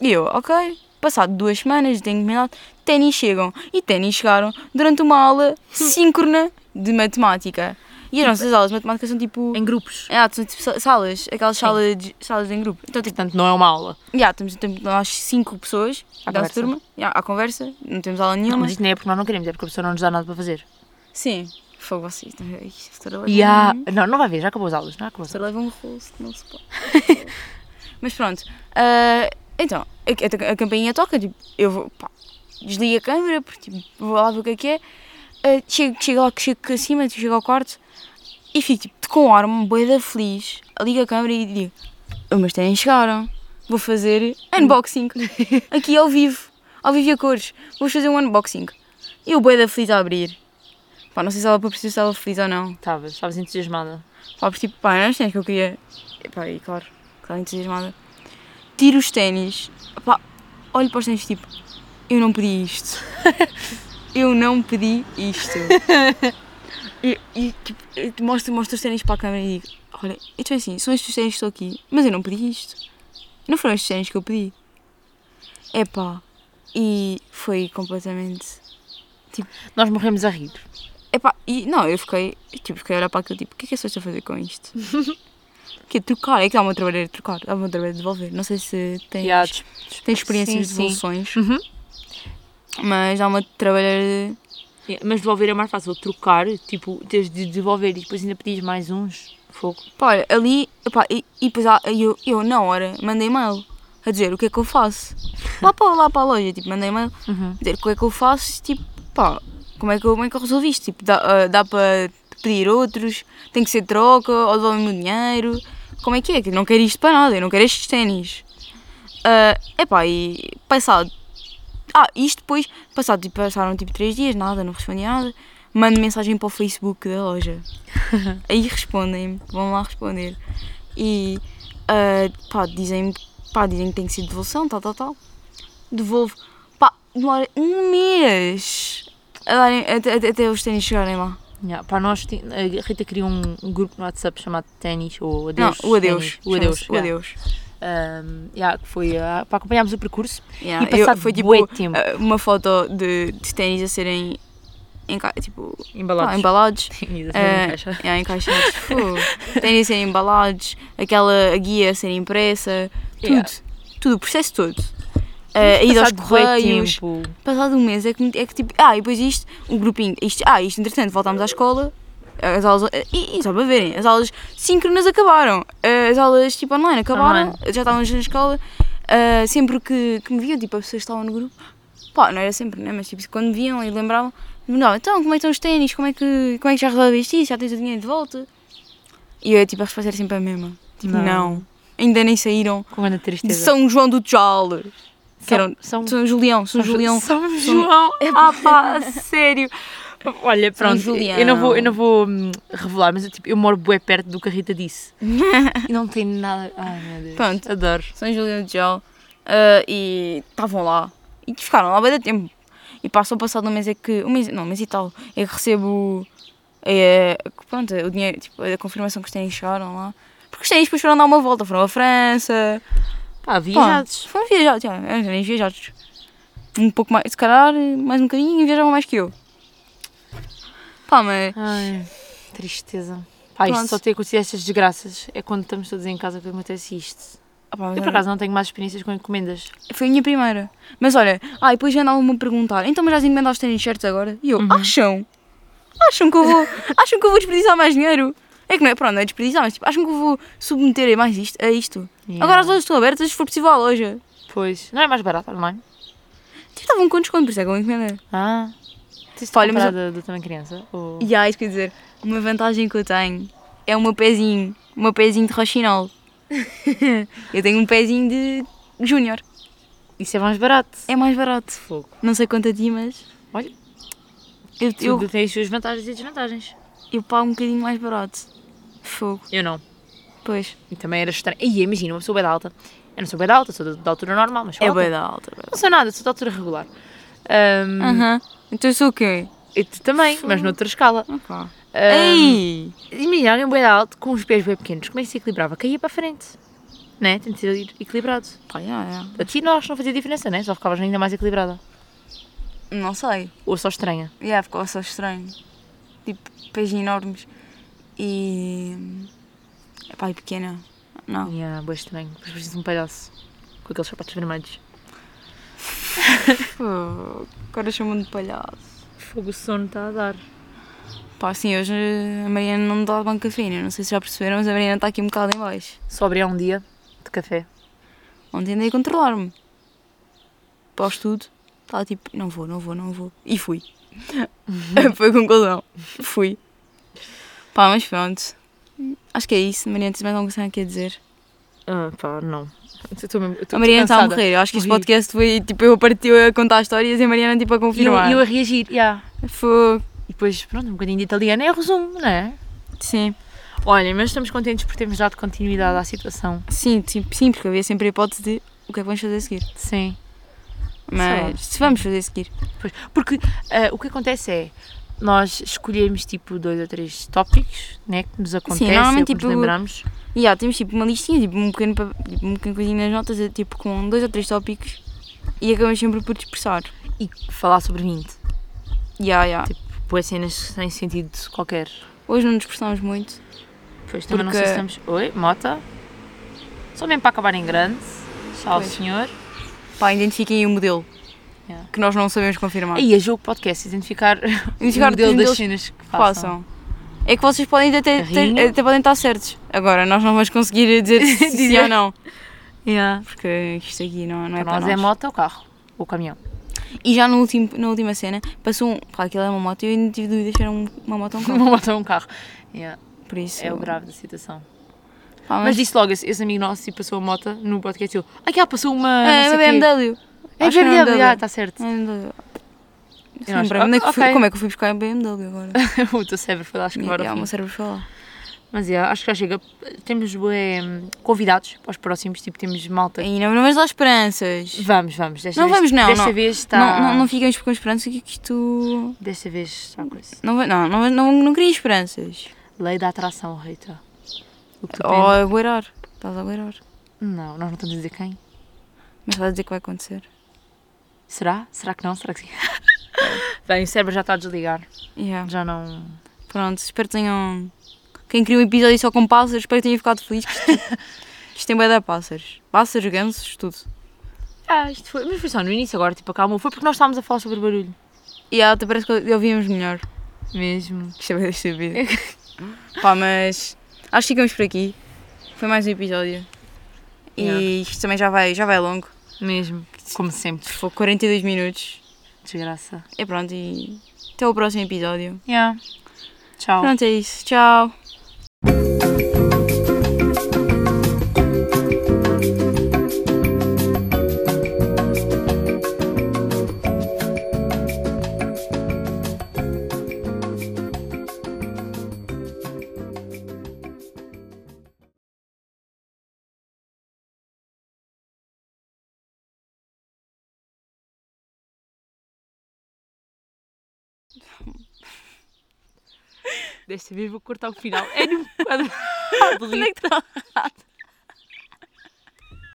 [SPEAKER 1] E eu, ok. Passado duas semanas de ter encomendado, ténis chegam. E ténis chegaram durante uma aula síncrona de matemática. E as nossas aulas de matemática são tipo.
[SPEAKER 2] Em grupos.
[SPEAKER 1] Ah, são tipo sa- salas, aquelas salas, de- salas em grupo. Então, tipo,
[SPEAKER 2] Portanto, não é uma aula.
[SPEAKER 1] já, estamos, estamos nós cinco pessoas
[SPEAKER 2] À
[SPEAKER 1] da nossa
[SPEAKER 2] conversa.
[SPEAKER 1] turma, já, à conversa, não temos aula
[SPEAKER 2] Não,
[SPEAKER 1] nenhuma.
[SPEAKER 2] mas isto não é porque nós não queremos, é porque a pessoa não nos dá nada para fazer.
[SPEAKER 1] Sim, fogo vocês. Então, ai, Isto agora leva
[SPEAKER 2] E há...
[SPEAKER 1] um-
[SPEAKER 2] Não, não vai ver, já acabou as aulas, não acabou as
[SPEAKER 1] isto
[SPEAKER 2] aulas.
[SPEAKER 1] agora leva um rolo, se não se pode. mas pronto, ah, então, a, a- a campainha toca, tipo, eu vou, pá, desligo a câmera, porque tipo, vou lá ver o que é que é. eh, chego, chego, lá, chego cá acima, tipo, chego ao quarto e fico tipo, com um ar um boeda feliz. Ligo a câmera e digo: Os meus tênis chegaram, vou fazer unboxing aqui ao vivo, ao vivo e a cores. Vou fazer um unboxing. E o boeda feliz a abrir. Pá, não sei se ela para perceber se estava feliz ou não.
[SPEAKER 2] Estavas, estavas entusiasmada.
[SPEAKER 1] Pá, porque tipo, pá, eram os ténis que eu queria. E, pá, e claro, claro, entusiasmada. Tiro os ténis, pá, olho para os ténis tipo, eu não pedi isto. eu não pedi isto. e e tipo, eu te mostro, mostro os ténis para a câmera e digo, olha, eu estou assim, são estes os ténis que estou aqui, mas eu não pedi isto. Não foram estes ténis que eu pedi. É pá, e foi completamente.
[SPEAKER 2] Nós morremos a rir.
[SPEAKER 1] Epá, e não, eu fiquei, tipo, fiquei a olhar para aquilo, tipo, o que é que eu estou a fazer com isto? que é trocar, é que dá uma trabalho de trocar, dá uma trabalho de devolver. Não sei se tens,
[SPEAKER 2] E há des-
[SPEAKER 1] tens experiências
[SPEAKER 2] Sim,
[SPEAKER 1] de
[SPEAKER 2] sim.
[SPEAKER 1] devoluções,
[SPEAKER 2] Uhum.
[SPEAKER 1] mas dá uma trabalho de...
[SPEAKER 2] Yeah, Mas devolver é mais fácil. Trocar, tipo, tens de devolver e depois ainda pedis mais uns. Fogo.
[SPEAKER 1] Pá, olha, ali, epá, e, e depois há- eu, eu, na hora, mandei e-mail a dizer o que é que eu faço. Lá para, lá para a loja, tipo, mandei e-mail
[SPEAKER 2] Uhum.
[SPEAKER 1] a dizer o que é que eu faço, tipo, pá, como é que eu, como é que eu resolvi isto? Tipo, dá, ah, dá para pedir outros, tem que ser troca, ou devolve-me o dinheiro, como é que é? Que eu não quero isto para nada, eu não quero estes ténis. Ah, epá, e passado. Ah, isto depois, passado, tipo, passaram tipo 3 dias, nada, não respondi nada. Mando mensagem para o Facebook da loja. Aí respondem-me, vão lá responder. E ah, pá, dizem pá, dizem que tem que ser devolução, tal, tal, tal. Devolvo. Pá, demora um mês a darem- até, até- até os ténis chegarem lá.
[SPEAKER 2] Yeah, pá, nós, ti- a Rita criou um, um grupo no WhatsApp chamado Ténis ou Adeus.
[SPEAKER 1] não, o adeus.
[SPEAKER 2] Ténis, o Adeus.
[SPEAKER 1] chama-se O
[SPEAKER 2] yeah.
[SPEAKER 1] adeus.
[SPEAKER 2] Um, yeah, que foi ah, para acompanharmos o percurso.
[SPEAKER 1] Yeah,
[SPEAKER 2] E passado
[SPEAKER 1] foi tipo
[SPEAKER 2] bué tempo.
[SPEAKER 1] ah, uma foto de, de ténis a serem em, ca- tipo, pá,
[SPEAKER 2] Embalados.
[SPEAKER 1] embalados.
[SPEAKER 2] Ainda assim,
[SPEAKER 1] Ah,
[SPEAKER 2] em caixa.
[SPEAKER 1] É, em caixinhas. Têm de ser embalados, aquela guia a ser impressa, tudo.
[SPEAKER 2] Yeah.
[SPEAKER 1] Tudo, o processo todo. Ah, a ida aos
[SPEAKER 2] Passado bué
[SPEAKER 1] correios.
[SPEAKER 2] tempo.
[SPEAKER 1] Passado um mês é que, é que tipo. Ah, e depois isto, o grupinho. Isto, ah, isto entretanto, voltámos à escola. As aulas. E, e só para verem, as aulas síncronas acabaram. ah, As aulas tipo online acabaram. Já estávamos na escola. ah, sempre que, que me viam, tipo, as pessoas que estavam no grupo. Pá, não era sempre, né? Mas tipo, quando me viam e lembravam, não, então como é que estão os ténis? Como é que, como é que já resolveste isso? Já tens o dinheiro de volta? E eu, tipo, a resposta era sempre a mesma. Tipo,
[SPEAKER 2] Não.
[SPEAKER 1] não. Ainda nem saíram
[SPEAKER 2] Com grande
[SPEAKER 1] de
[SPEAKER 2] tristeza.
[SPEAKER 1] São João do Tchal. Que eram
[SPEAKER 2] São,
[SPEAKER 1] São Julião, São Julião.
[SPEAKER 2] São João.
[SPEAKER 1] Ah pá, sério.
[SPEAKER 2] Olha, pronto,
[SPEAKER 1] Julião.
[SPEAKER 2] eu não vou, eu não vou hum, revelar, mas eu, tipo, eu moro bué perto do que a Rita disse. E não tem nada. Ai meu Deus.
[SPEAKER 1] Pronto.
[SPEAKER 2] Adoro.
[SPEAKER 1] São Julião de Gel. ah, e estavam lá. E que ficaram lá bem tempo. E passou passado um mês é que. Um mês, não, um mês e tal. É que recebo. É, pronto, o dinheiro, tipo, a confirmação que os ténis chegaram lá. Porque os ténis depois foram dar uma volta, foram à França.
[SPEAKER 2] Pá,
[SPEAKER 1] Pá,
[SPEAKER 2] viajados.
[SPEAKER 1] Foram viajados, já, eram ténis viajados. Um pouco mais, se calhar, mais um bocadinho e viajavam mais que eu. Pá, mas.
[SPEAKER 2] Ai, tristeza. Pá, isto
[SPEAKER 1] Pronto.
[SPEAKER 2] só ter acontecido estas desgraças é quando estamos todos em casa que acontece isto.
[SPEAKER 1] ah, pá, mas
[SPEAKER 2] Eu por
[SPEAKER 1] era-
[SPEAKER 2] acaso não tenho mais experiências com encomendas.
[SPEAKER 1] Foi a minha primeira. Mas olha, ah, e depois já andavam-me a perguntar, então mas já encomendar os ténis certos agora? E eu,
[SPEAKER 2] Uhum.
[SPEAKER 1] acham? Acham que eu vou, acham que eu vou desperdiçar mais dinheiro? É que não é, pronto, não é desperdiçar, mas tipo, acham que eu vou submeter a mais isto, a isto?
[SPEAKER 2] Yeah.
[SPEAKER 1] Agora as lojas estão abertas, se for possível à loja.
[SPEAKER 2] Pois. Não é mais barato online?
[SPEAKER 1] Tipo, estavam com desconto, por isso é que eu encomendei.
[SPEAKER 2] Ah. Tens
[SPEAKER 1] Olha, mas
[SPEAKER 2] mas da, da também criança? Ou...
[SPEAKER 1] E há, isso quer dizer, uma vantagem que eu tenho é o meu pezinho, o meu pezinho de roxinol. eu tenho um pezinho de júnior,
[SPEAKER 2] Isso é mais barato.
[SPEAKER 1] é mais barato.
[SPEAKER 2] Fogo.
[SPEAKER 1] Não sei quanto a ti, mas...
[SPEAKER 2] Olha,
[SPEAKER 1] Eu, eu,
[SPEAKER 2] tudo tem as suas vantagens e desvantagens.
[SPEAKER 1] eu pago um bocadinho mais barato. Fogo.
[SPEAKER 2] Eu não.
[SPEAKER 1] Pois.
[SPEAKER 2] E também era estranho. E imagina, uma pessoa bem da alta. Eu não sou bem da alta, sou da, da altura normal, mas sou
[SPEAKER 1] É
[SPEAKER 2] alta.
[SPEAKER 1] bué da alta. bué da alta.
[SPEAKER 2] Não sou nada, sou da altura regular. Ahm,
[SPEAKER 1] Aham. Então eu sou o quê?
[SPEAKER 2] E tu também, mas noutra escala.
[SPEAKER 1] Opa.
[SPEAKER 2] Ahm,
[SPEAKER 1] Ei!
[SPEAKER 2] imagina, alguém bem da alta, com os pés bem pequenos, como é que se equilibrava? Caía para a frente. Né? Tem de ser equil- equilibrado.
[SPEAKER 1] Pá, já,
[SPEAKER 2] A ti nós não fazia diferença, né? Só ficavas ainda mais equilibrada.
[SPEAKER 1] já. Não sei.
[SPEAKER 2] Ou só estranha.
[SPEAKER 1] Yeah, ficou só estranho. Tipo, pés enormes. E. Epá, e pequena. Não.
[SPEAKER 2] Yeah, boa estranho. Depois precisas de um palhaço. Com aqueles sapatos vermelhos.
[SPEAKER 1] Fogo. Agora chamam-me de palhaço.
[SPEAKER 2] Fogo, o sono está a dar.
[SPEAKER 1] Pá, assim, hoje a Mariana não me dá banco de cafeína. Não sei se já perceberam, mas a Mariana está aqui um bocado em baixo.
[SPEAKER 2] Só abrir um dia de café.
[SPEAKER 1] Ontem andei a controlar-me. Pós tudo. Estava tipo, não vou, não vou, não vou. E fui. Foi a conclusão. Fui. Pá, mas pronto. Acho que é isso. Mariana, tens mais alguma coisa aqui a dizer?
[SPEAKER 2] Ah, pá, não. Eu tô mesmo- eu tô-
[SPEAKER 1] a Mariana
[SPEAKER 2] tô
[SPEAKER 1] está a
[SPEAKER 2] cansada.
[SPEAKER 1] morrer. Eu acho que este
[SPEAKER 2] Morri.
[SPEAKER 1] podcast foi tipo eu a partir a contar histórias e a Mariana tipo a
[SPEAKER 2] E eu,
[SPEAKER 1] confirmar.
[SPEAKER 2] e eu a reagir, yeah.
[SPEAKER 1] Foi.
[SPEAKER 2] E depois, pronto, um bocadinho de italiano é resumo, não é?
[SPEAKER 1] Sim.
[SPEAKER 2] Olhem, mas estamos contentes por termos dado continuidade à situação.
[SPEAKER 1] sim, sim, sim, porque havia sempre a hipótese de o que é que vamos fazer a seguir.
[SPEAKER 2] Sim. Sei lá.
[SPEAKER 1] Mas se vamos fazer a seguir.
[SPEAKER 2] Pois, porque ah, o que acontece é, nós escolhemos tipo dois ou três tópicos, né, que nos acontecem,
[SPEAKER 1] normalmente,
[SPEAKER 2] ou que
[SPEAKER 1] tipo,
[SPEAKER 2] nos lembramos.
[SPEAKER 1] E já, temos tipo uma listinha, tipo um pequeno, pa- tipo, um pequeno coisinho nas notas, eh, tipo com dois ou três tópicos e acabamos sempre por dispersar.
[SPEAKER 2] E falar sobre 20.
[SPEAKER 1] Ya, ya.
[SPEAKER 2] Pois cenas sem sentido qualquer.
[SPEAKER 1] Hoje não nos dispersámos muito.
[SPEAKER 2] Pois também não sei
[SPEAKER 1] Porque-
[SPEAKER 2] se estamos. Oi, mota. Só mesmo para acabar em grande. Tchau,
[SPEAKER 1] Pois.
[SPEAKER 2] senhor.
[SPEAKER 1] Pá, identifiquem aí o modelo
[SPEAKER 2] Ya.
[SPEAKER 1] que nós não sabemos confirmar.
[SPEAKER 2] Aí a jogo podcast, identificar,
[SPEAKER 1] Identificar
[SPEAKER 2] o modelo
[SPEAKER 1] os
[SPEAKER 2] das
[SPEAKER 1] modelos
[SPEAKER 2] cenas que façam.
[SPEAKER 1] Façam. É que vocês podem até, ter-
[SPEAKER 2] Carrinho.
[SPEAKER 1] até podem estar certos. Agora, nós não vamos conseguir dizer se sim
[SPEAKER 2] Dizer.
[SPEAKER 1] ou não.
[SPEAKER 2] Yeah.
[SPEAKER 1] Porque isto aqui não, não é
[SPEAKER 2] Para
[SPEAKER 1] para
[SPEAKER 2] nós é
[SPEAKER 1] nós.
[SPEAKER 2] moto ou carro? Ou caminhão?
[SPEAKER 1] E já no último, na última cena, passou um... Pá, aquilo é uma moto e eu ainda tive dúvidas se era um- uma moto ou um carro.
[SPEAKER 2] Uma moto ou um carro? Yeah.
[SPEAKER 1] Por isso...
[SPEAKER 2] É o grave da situação.
[SPEAKER 1] pá,
[SPEAKER 2] Mas, disse logo, esse, esse amigo nosso tipo, passou a moto no podcast e eu, ah, cá, passou uma.
[SPEAKER 1] É,
[SPEAKER 2] não
[SPEAKER 1] uma
[SPEAKER 2] sei quê."
[SPEAKER 1] BMW.
[SPEAKER 2] É
[SPEAKER 1] Acho que era
[SPEAKER 2] BMW,
[SPEAKER 1] BMW.
[SPEAKER 2] ah, está certo.
[SPEAKER 1] BMW.
[SPEAKER 2] Eu acho-
[SPEAKER 1] Lembrei-me, onde é que fui-
[SPEAKER 2] ok.
[SPEAKER 1] como é que eu fui buscar a BMW agora?
[SPEAKER 2] o teu cérebro foi lá escovar
[SPEAKER 1] E
[SPEAKER 2] ao
[SPEAKER 1] há
[SPEAKER 2] fim.
[SPEAKER 1] uma cérebro foi lá.
[SPEAKER 2] Mas yeah, acho que já chega. Temos bué, hum, convidados para os próximos, tipo, temos malta.
[SPEAKER 1] E não, não vamos dar esperanças.
[SPEAKER 2] Vamos, vamos. Desta
[SPEAKER 1] Não
[SPEAKER 2] vez,
[SPEAKER 1] vamos, não,
[SPEAKER 2] Desta
[SPEAKER 1] não.
[SPEAKER 2] vez está.
[SPEAKER 1] Não, não, não fiquem com esperanças que isto...
[SPEAKER 2] Desta vez está a coisa.
[SPEAKER 1] Não, vai- não, não, não, não criem esperanças.
[SPEAKER 2] Lei da atração, Rita. O que tu
[SPEAKER 1] Ou a agueirar. Estás a agueirar.
[SPEAKER 2] pensas- Não, nós não estamos a dizer quem.
[SPEAKER 1] Mas estás a dizer que vai acontecer.
[SPEAKER 2] Será? Será que não? Será que sim? Bem, o cérebro já está a desligar.
[SPEAKER 1] Yeah.
[SPEAKER 2] Já não.
[SPEAKER 1] Pronto, espero que tenham... Quem criou um episódio só com pássaros, espero que tenham ficado feliz. Que isto, isto tem bué de pássaros. Pássaros, gansos, tudo.
[SPEAKER 2] Ah, isto foi. Mas foi só no início agora, tipo, acalmou. Foi porque nós estávamos a falar sobre barulho.
[SPEAKER 1] E até parece que ouvíamos melhor.
[SPEAKER 2] Mesmo.
[SPEAKER 1] Isto é bem estúpido. Pá, mas acho que ficamos por aqui. Foi mais um episódio. E
[SPEAKER 2] Yeah.
[SPEAKER 1] isto também já vai, já vai longo.
[SPEAKER 2] Mesmo. Como sempre.
[SPEAKER 1] Foi 42 minutos.
[SPEAKER 2] Desgraça.
[SPEAKER 1] E pronto, e até o próximo episódio.
[SPEAKER 2] Yeah. Tchau.
[SPEAKER 1] Pronto, é isso. Tchau.
[SPEAKER 2] Desta vez vou cortar o final. É num quadrado.
[SPEAKER 1] Onde é que está?